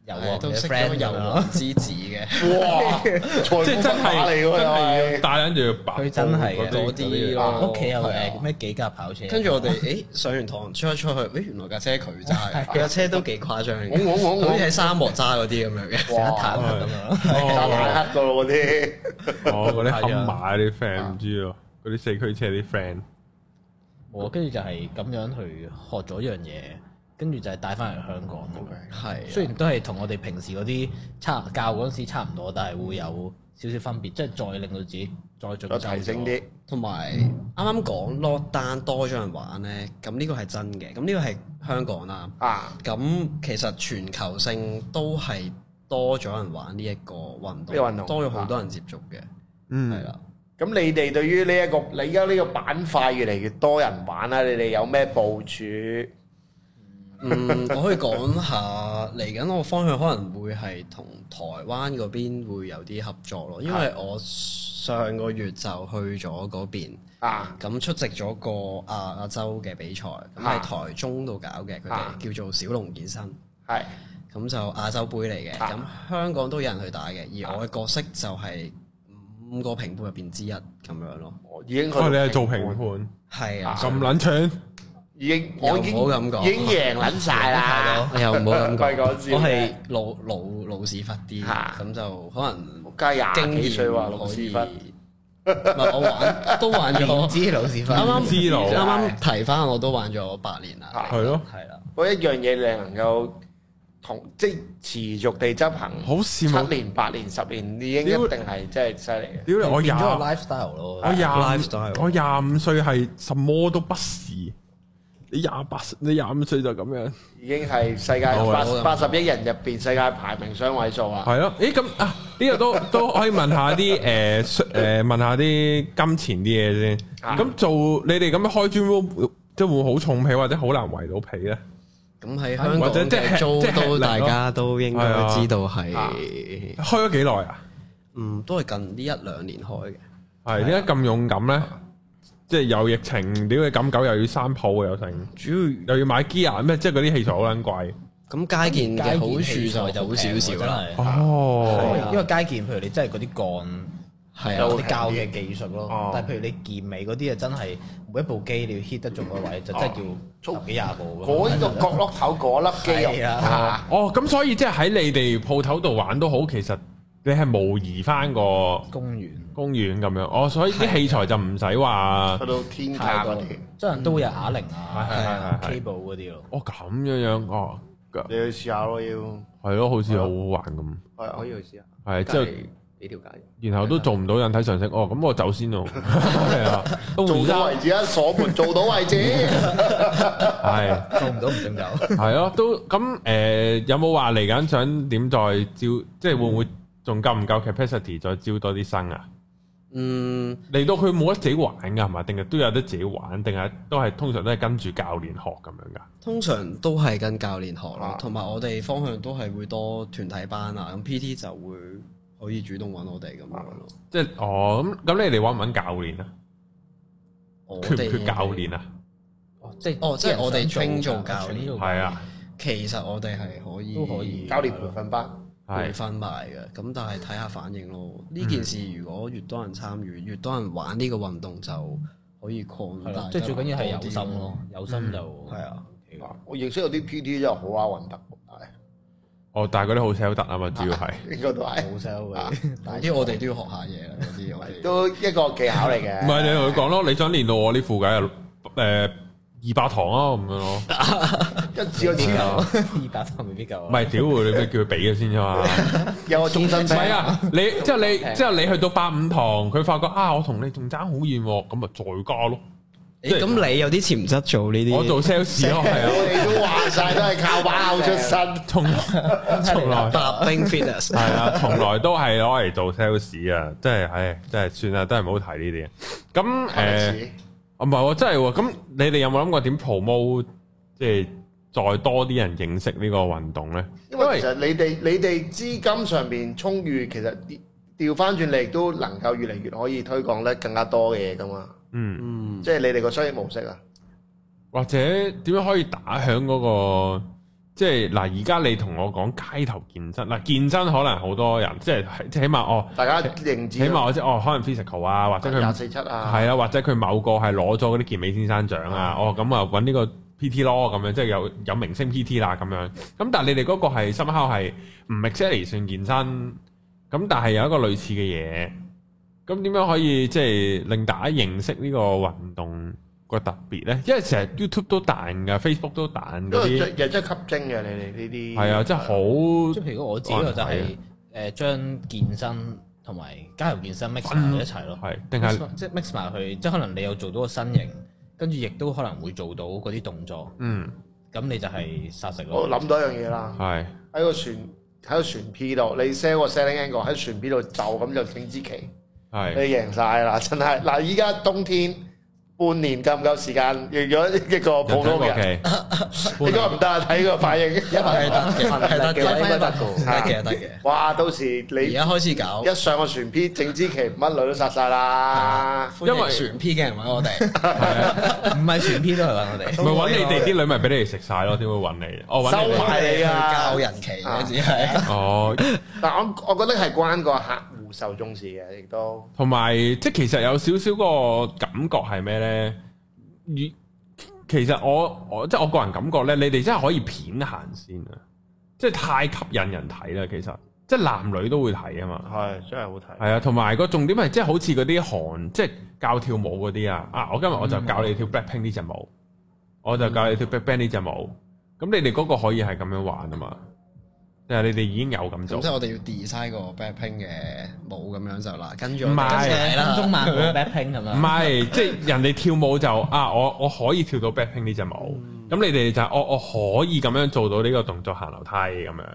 遊王
都
嘅
識
friend
咗
咁樣
遊
咯
王之子嘅
哇！
即
即
係真係
嚟
真係
喎，
要帶緊住白布
佢真係嘅
嗰
嗰啲咯，
屋企有
係
誒
啊
咩幾架跑車，
跟住我哋， 誒上完堂出一出去，誒原來架車佢揸嘅，佢架車都幾誇張
拱
嘅，
拱拱拱
好似喺沙漠揸嗰啲咁樣嘅。
成一坦克咁樣咯。
打
哦
坦克噶 咯嗰啲。
哦，嗰啲
係
冚
啊
馬啲 friend 唔知咯，嗰啲四驅車啲 friend，
冇啊，跟住就係咁樣去學咗一樣嘢，跟住就係帶翻嚟香港咁樣。
係啊
雖然都係同我哋平時嗰啲差教嗰陣時差唔多，但係會有少少分別，即係再令到自己再進
再
修
提升啲。
同埋
嗯
啱啱講 lock down 多咗人玩咧，咁呢個係真嘅，咁呢個係香港啦。
啊，
咁其實全球性都係多咗人玩呢一個運
呢個運動啊
動，多咗好多人接觸嘅，係
嗯，
啦。
咁你哋對於呢、一個你而家呢個板塊越嚟越多人玩啦，你哋有咩部署？
嗯，我可以講下嚟緊我方向可能會係同台灣嗰邊會有啲合作咯，因
啊
為我上個月就去咗嗰邊，
啊
咁出席咗個亞亞洲嘅比賽，咁
啊
喺台中度搞嘅，佢
啊
哋叫做小龍健身，
係
咁就亞洲杯嚟嘅，
啊
咁香港都有人去打嘅，而我嘅角色就係五個評判入邊之一咁樣咯，
我已經去到
哦，你係做評
判，
判，
係啊，
咁撚串，
已經我已經
又唔好咁講
已經贏撚 晒啦。
我又唔好 咁
喂講
講，
笑
我係老老老屎忽啲，
嚇
咁就可能。
加
經
啊廿幾
驗
歲話老
可
屎
以，
忽，
唔係我 玩都玩咗，
年
啱
資老屎忽，
啱
知道
啱啱提翻我都玩咗八年啦，
係
係咯，
係啦，
嗰一樣嘢你能夠同即係持續地執行，
好羨慕
七年八年十年已經一
屌
定係真係犀利嘅。
屌你，我
變
廿
咗個 lifestyle 咯。
我廿
lifestyle
我廿五歲係什麼都不是，你廿八你廿五歲就咁樣，
已經係世界
好啊
八
好啊
八十億人入邊世界排名雙位數啦。
係咯，咦咁啊呢個都都可以問下啲 誒誒問下啲金錢啲嘢先，
啊
咁做你哋咁樣開專 room 即係會好重皮或者好難圍到皮咧？
咁喺香
或
港
者即係
嘅租
即係
都
零咯
大家都應該知道
啊
係，
開咗幾耐啊？
嗯，都係近呢一兩年開嘅，
係點解咁勇敢咧？即係有疫情，屌你咁久又要三鋪又成，
主要
又要買 gear 咩？即係嗰啲器材好撚貴。
咁街健嘅好處就好少少啦，
真係因
哦
為因為街健，譬如你真係嗰啲鋼。
係
有
啊，
啲教嘅技術咯，
哦
但係譬如你健美嗰啲啊，真係每一部機你要 hit 得中個位，就真係
哦
要十幾廿步咁。啊
嗰呢個角落頭嗰粒肌肉
係啊
啊
哦，咁所以即係喺你哋鋪頭度玩都好，其實你係模擬翻個
公園
公園咁樣。哦，所以啲器材就唔使話
去到天
太
價
多
嗰啲，，
真係都有啞鈴
係係係
啊
係係
cable 嗰啲咯。
哦咁樣樣哦，
你去試下咯，要
係咯，好似好好玩咁。
係可以去試下。
係之後
幾條街。
然後都做唔到引體上升，哦，咁我走先咯，係啊，都
做
換
到
衫
為 止啊，鎖門做到 為止。
係
做唔到唔整走。
係咯，都咁诶，有冇話嚟緊想點再招？即係會唔會仲夠唔夠 capacity 再招多啲生啊？
嗯，
嚟到佢冇得自己玩㗎係嘛？定係都有得自己玩？定係都係通常都係跟住教練學咁樣㗎？
通常都係跟教練學咯
啊，
同埋我哋方向都係會多團體班啊，咁 PT 就會可以主動揾我哋咁樣咯。
即係哦，咁咁你哋揾唔揾教練啊？
我
啊缺唔
哋
缺教練啊？
哦，即係
哦即係我哋
啲人想
train 做教練
係啊，
其實我哋係可以
都可以
教練培訓班，
培
係
訓埋嘅，咁但係睇下反應咯。呢件事如果越多人參與，越多人玩呢個運動，就可以擴
係
大
咯，
得
即係最緊要係有
多啲
心咯，嗯有心就
係啊，
我認識有啲 PT 真係好啊，揾得，
哦，但係嗰啲好 sell 得啊嘛，主要係。
應該都係
冇 sell
啊
嘅。
嗰啲我哋都要學下嘢啦，嗰啲 我哋
都一個技巧嚟嘅。
啊
唔係你同佢講咯，你想練到我呢副嘅誒二百堂啊咁樣咯，
一次個
係
錢
啊
二百堂未必夠啊。
唔係屌你咪叫佢俾嘅先啫嘛。
有個終身
唔
制
係，啊，你即係你即係你去到百五堂，佢發覺啊，我同你仲爭好遠喎，咁咪再加咯。即
誒
係
咁你有啲潛質做呢啲？
我做 sales 咯，係啊，
我哋都話晒都係靠把口出身。
從從來
白 冰 fitness
係啊，從來都係攞嚟做 sales 啊，真係唉，真係算啦，真係唔好提呢啲嘢。咁 誒。啊唔係喎，真係喎。咁你哋有冇諗過點 promote 即係再多啲人認識呢個運動咧？
因為其實你哋你哋資金上邊充裕，其實調調翻轉你亦都能夠越嚟越可以推廣得更加多嘅嘢噶嘛。
嗯，
即係你哋個商業模式啊，
或者點樣可以打響嗰、個即係嗱？而家你同我講街頭健身嗱，健身可能好多人即係起碼哦，
大家認
起
知
碼我即係哦，可能 physical 啊，或者
廿
佢
四七啊，
係啊，或者佢某個係攞咗嗰啲健美先生獎啊，哦咁啊揾呢個 PT 咯，咁樣即係有有明星 PT 啦咁樣。咁但係你哋嗰個係深刻係唔 exactly 算健身，咁但係有一個類似嘅嘢。咁點樣可以即係令大家認識呢個運動個特別呢？因為成日 YouTube 都彈㗎，Facebook 都彈
因
嗰
為
啲，
真真係吸睛嘅你哋呢啲
係啊，真係
即
好
係譬如我自己就哦係啊誒將健身同埋街頭健身 mix 埋一齊咯，
係定係
mix- 即係 mix 埋去，即係可能你又做到個身形，跟住亦都可能會做到嗰啲動作，
嗯
咁你就係殺食
我
咯。
諗到一樣嘢啦，
係
喺個船喺個船 P 度，你 sell 個 selling angle 喺船 P 度就咁就整支旗，你
係
贏晒啦！真係嗱，依家冬天半年夠唔夠時間？如果一個普通人，
人體國
應
旗
該唔得啊！睇個反應，
一百得嘅，係得嘅，
一 百
得嘅，
得嘅
得嘅，得嘅。
哇！到時
而
你
家開始搞，
一上個船 P，整支旗乜女都殺晒啦！
因
因為
為船 P 嘅人揾我哋，
唔係全篇都係揾我哋，
咪揾你哋啲女咪俾你哋食晒咯，點會揾你？我揾你
收
哋
埋你啊
教！人期嘅只係。啊
哦，
但我我覺得係關個客户受重視嘅，亦都
同埋即係其實有少少個感覺係咩呢？與其實我我即係我個人感覺呢，你哋真係可以片行先啊！即係太吸引人睇啦，其實即係男女都會睇啊嘛。
係真係好睇。
係啊，同埋個重點係即係好似嗰啲韓即係教跳舞嗰啲啊，啊我今日我就教你跳 Blackpink 呢只舞，我就教你跳 BigBang 呢只舞，咁你哋嗰個可以係咁樣玩啊嘛，即係你哋已經有咁
咁
做
即，係我哋要 design 個 backping 嘅舞咁樣就嗱，跟住我
唔
哋
係
跟住嚟啦
中漫 backping 咁
唔
樣。
係即係人哋跳舞就啊我我可以跳到 Blackpink 呢只舞，咁你哋就係哦我我可以咁樣做到呢個動作行樓梯咁樣，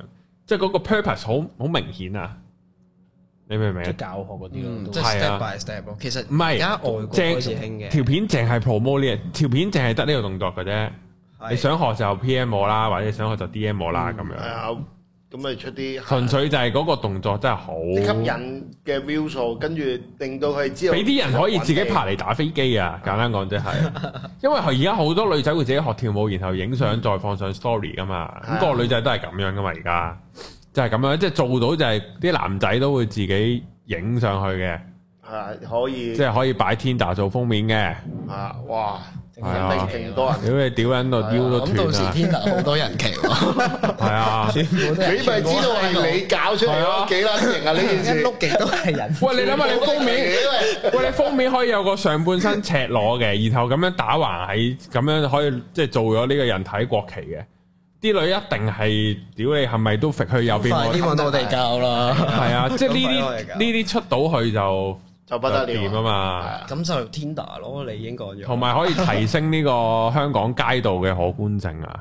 即係嗰個 purpose 好好明顯啊，你明唔明
即
啊
係？教學嗰啲
嗯
咯，
即
都
係
係
啊
step by step 咯。其實
唔係
而家外國開始興
條
嘅，
片淨係 promote 呢樣，條片淨係得呢個動作嘅啫。
係
你想學就 P.M 我啦，或者你想學就 D.M 我啦，咁
係
樣
啊，咁咪出啲
純粹就係嗰個動作真係好
吸引嘅 view 數，跟住令到佢知道
俾啲人可以自己拍嚟打飛機啊！簡單講即係， 因為而家好多女仔會自己學跳舞，然後影相再放上 story 噶嘛。
係啊
咁個女仔都係咁樣噶嘛，而家就係咁樣，即係做到就係啲男仔都會自己影上去嘅，
係可以
即係可以擺 Tinder 做封面嘅。
啊！哇，整
係啊
勁多人，
屌你屌撚到腰都
啊咁
斷
到時
啦，
天能好多人期喎，
係 啊！
你咪知道係你搞出嚟
係
咯
啊，
幾撚型啊呢 件
一
事！
碌極都係人。
喂，你諗下你封面。
因
喂，你封面可以有個上半身赤裸嘅，然後咁樣打橫喺，咁樣可以即係做咗呢個人體國旗嘅。啲女一定係屌你係咪都揈去右邊
快
嗰
啲
啲？
揾我哋教啦！
係啊，即係呢
咁快我
啲
嚟㗎
呢啲出到去就
就不得
就掂
了
啊
係
嘛，
啊
咁就 Tinder 咯，你已經講咗。
同埋可以提升呢個香港街道嘅可觀性啊！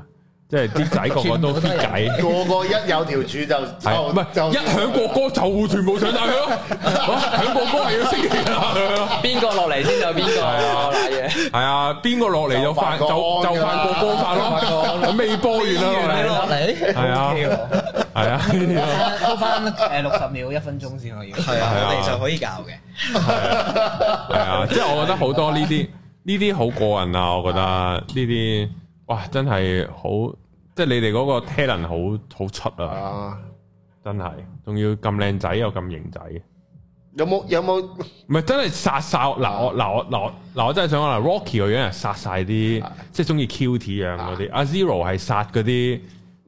即係啲仔個個都 fit 仔。
個個一有條柱就
系唔
就
係
就
一響國歌就全部上晒去咯，啊響國歌係要升旗啦咁樣咯，
邊個落嚟先就邊個
啊
啦嘢。
係啊，邊個落嚟就犯就
就
就
犯國安㗎啦
犯國歌法咯，未播完啦
落嚟
係啊
OK 喎
我哋，係啊呢啲啊，
收翻誒六十秒一分鐘先可以。
係啊，
係啊
我哋就可以教嘅。
係啊，即係我覺得好多呢啲呢啲好過癮啊！我覺得呢啲哇真係好，即係你哋嗰個 talent 好好出啊！
啊！
真係，仲要咁靚仔又咁型仔，
有冇有冇
唔係真係殺晒我嗱我嗱我嗱我嗱我真係想講啦，Rocky 個樣係殺晒啲即係中意 cute 樣嗰啲，阿 Zero 係殺嗰啲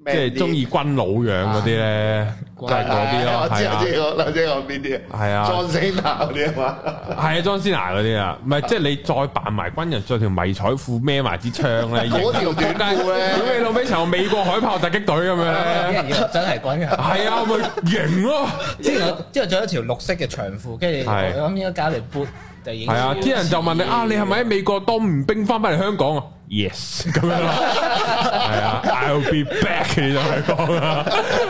即係中意軍佬樣嗰啲咧，就係嗰啲咯，係啊
我。知我知我知我邊啲
係啊
，John Cena 嗰啲啊嘛，
系啊，裝斯拿嗰啲啊，唔係即係你再扮埋軍人，着條迷彩褲孭埋支槍咧，
嗰條短褲呢
屌你老尾成個美國海豹突擊隊咁樣
啲
咧，
人以為真係滾嘅。
係啊，咪型咯，
之前我之後着一條綠色嘅長褲，跟住
係
我諗應該加條 boot 就已經
係啊，啲人就問你啊，你係咪喺美國當完兵翻返嚟香港啊？Yes，咁樣咯，係啊，I'll be back，你就係講啦，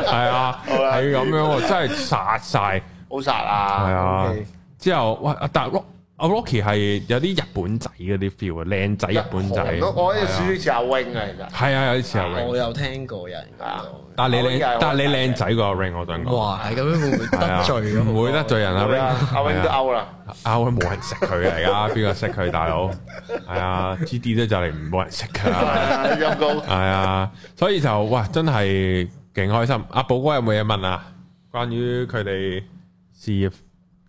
係啊，
啦
係咁樣喎，真係殺晒。
好殺
係
啊！
啊
OK，
之後哇，啊但係 Rock 阿 Rocky 係有啲日本仔嗰啲 feel 啊，靚仔日本仔，
我我有
係啊
少少似阿 wing 啊，
係啊，有啲似阿 Ring，
我有聽過有人講過。
但係你
我
靚
又，
但係你靚仔過阿 Ring，我想講。
哇，咁樣會唔會得罪
係啊
咁？
唔會得罪人
其
阿
實係
Ring，
啊阿 wing 都
係啊
out 啦，
阿 Ring 冇人識佢嚟噶，邊個識佢大佬？係啊，G D 都就嚟唔冇人識噶
係
啦。
啊陰公
係啊，所以就哇，真係勁開心。阿寶哥有冇嘢問啊？關於佢哋事業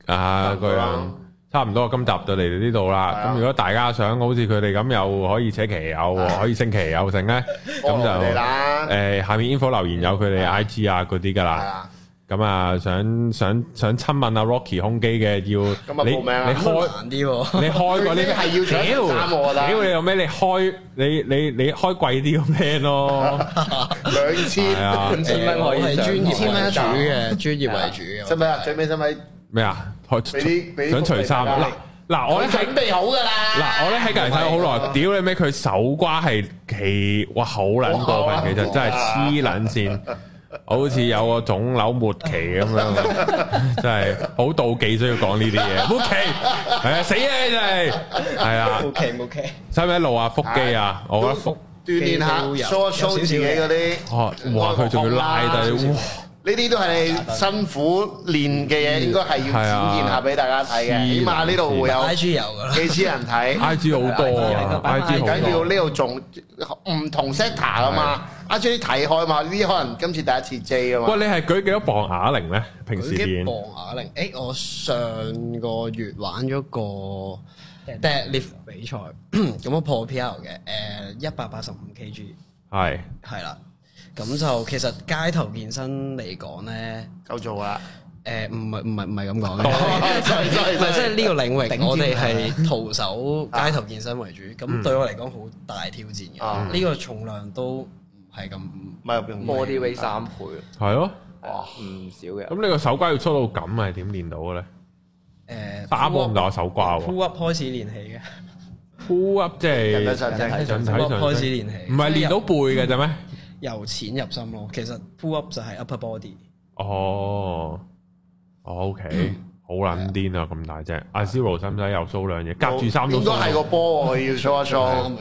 啊
差唔
嗰
多啦
樣，差唔多今集就嚟到呢度
係
啦。
啊
咁如果大家想好似佢哋咁又可以扯旗又可以升旗又成咧，咁
幫我哋
就
啦，
誒下面 info 留言有佢哋 I G 啊嗰啲噶
係
啦。
啊，
咁啊，想想想親吻阿啊 Rocky 胸肌嘅要，
咁啊
你
報名啦
你開
難啲喎。
你開嗰
最
啲
緊係要搶啊件衫我覺得
屌你有咩？你開你你你開貴啲咁 plan 咯，
兩
係
千，
啊
五千蚊可以
係
上
專業
堂
為主嘅，專業為 主嘅。
使唔使啊？最尾使唔使
咩啊？開
俾啲俾啲
想
福
除
利
衫
大家
嗱嗱，我咧喺
準備好㗎啦？
嗱我咧喺隔離睇咗好耐，屌你咩？佢手瓜係奇哇好撚過分，其實 真係黐撚線。好似有個腫瘤末期咁 樣，真係好妒忌，需要講呢啲嘢。末期係啊，死啊你哋係啊！
OK OK，
使唔使露下腹肌啊？我覺得腹，
鍛鍊下
都有
，show
有
一
少
show
哦少
自己嗰啲。
哦，哇！佢仲要拉低，哇！
呢啲都係你辛苦練嘅
嗯
嘢，應該係要
啊
展現下俾大家睇嘅。起碼呢度會有
IG 有㗎啦。
幾千人睇，
I G 好多啊，I G 好
緊要
多
呢度仲唔同 sector 啊嘛。阿 J 睇開嘛，呢啲可能今次第一次 J 啊嘛
喂，。你係舉幾多磅啞鈴咧？平時
佢
練
嘅磅啞鈴，誒、我上個月玩咗個 dead lift 比賽， 咁我破 PR 嘅，誒一百八十五 kg，
係
係啦。咁就其實街頭健身嚟講咧，
夠做啦，
誒唔係唔係唔係咁講
多
嘅。
sorry
唔
sorry
係即係
sorry，
呢個領域，
尖
我哋係徒手街頭健身為主，咁對我嚟講好大挑戰
啊
嘅。呢個重量都唔係咁，
唔係用
body weight 三倍，
係咯。
哇，唔少嘅
咁。你個手瓜要出到咁係點練到嘅咧？
誒
打啊波唔到手瓜喎
pull up 開始練起嘅。
，pull up 即係
人體上
上
升
體上
pull up 開始練起，
唔係練到背嘅啫咩？
由淺入深咯。其實 pull up 就係 upper body，
哦哦，OK，好撚癲啊！咁大隻，阿 Zero 使唔使又 show 兩嘢？隔住衫都
應該
show
係個波喎，要 show 一 show。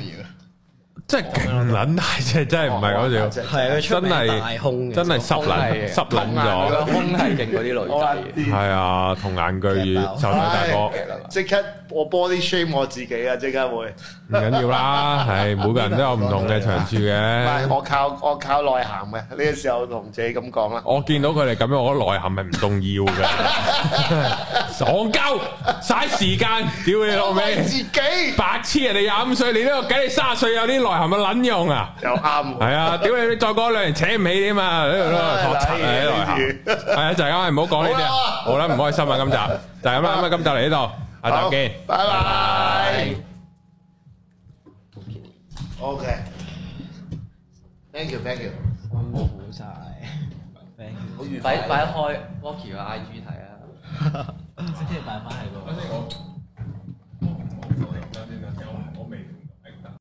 真係勁撚大隻，真係唔係講笑，
係佢出名大胸嘅，
真係濕撚
係
濕撚
佢
咗
個。胸係勁嗰啲
好啦
女仔，
系啊，同眼巨
踢爆
手睇大哥
即刻我 body shame 我自己啊！即刻會，
唔緊要啦，係每個人都有唔同嘅長處
唔係
嘅。
我靠我靠內涵嘅呢個時候同自己咁講啦。
我見到佢哋咁樣，我覺得內涵係唔重要 嘅，戇鳩嘥時間，屌你啊老
我
味
係，自己
白痴！人哋廿五歲，你呢個計你卅歲有啲內涵咪撚用啊？
又啱喎。
係啊，屌你！你再過兩年扯唔起添啊！呢度都學
哎
柒啊，內涵係啊，就係咁，唔好講呢啲啊，好啦，唔開心啊，今集就係咁啦，咁啊，今集嚟呢度，下集見。
拜拜。OK。 ，thank you，thank you。
辛苦晒，thank you。
好愉
擺
快，
擺開 Rocky 嘅 IG 睇啊！
即係擺翻喺個。
等先啦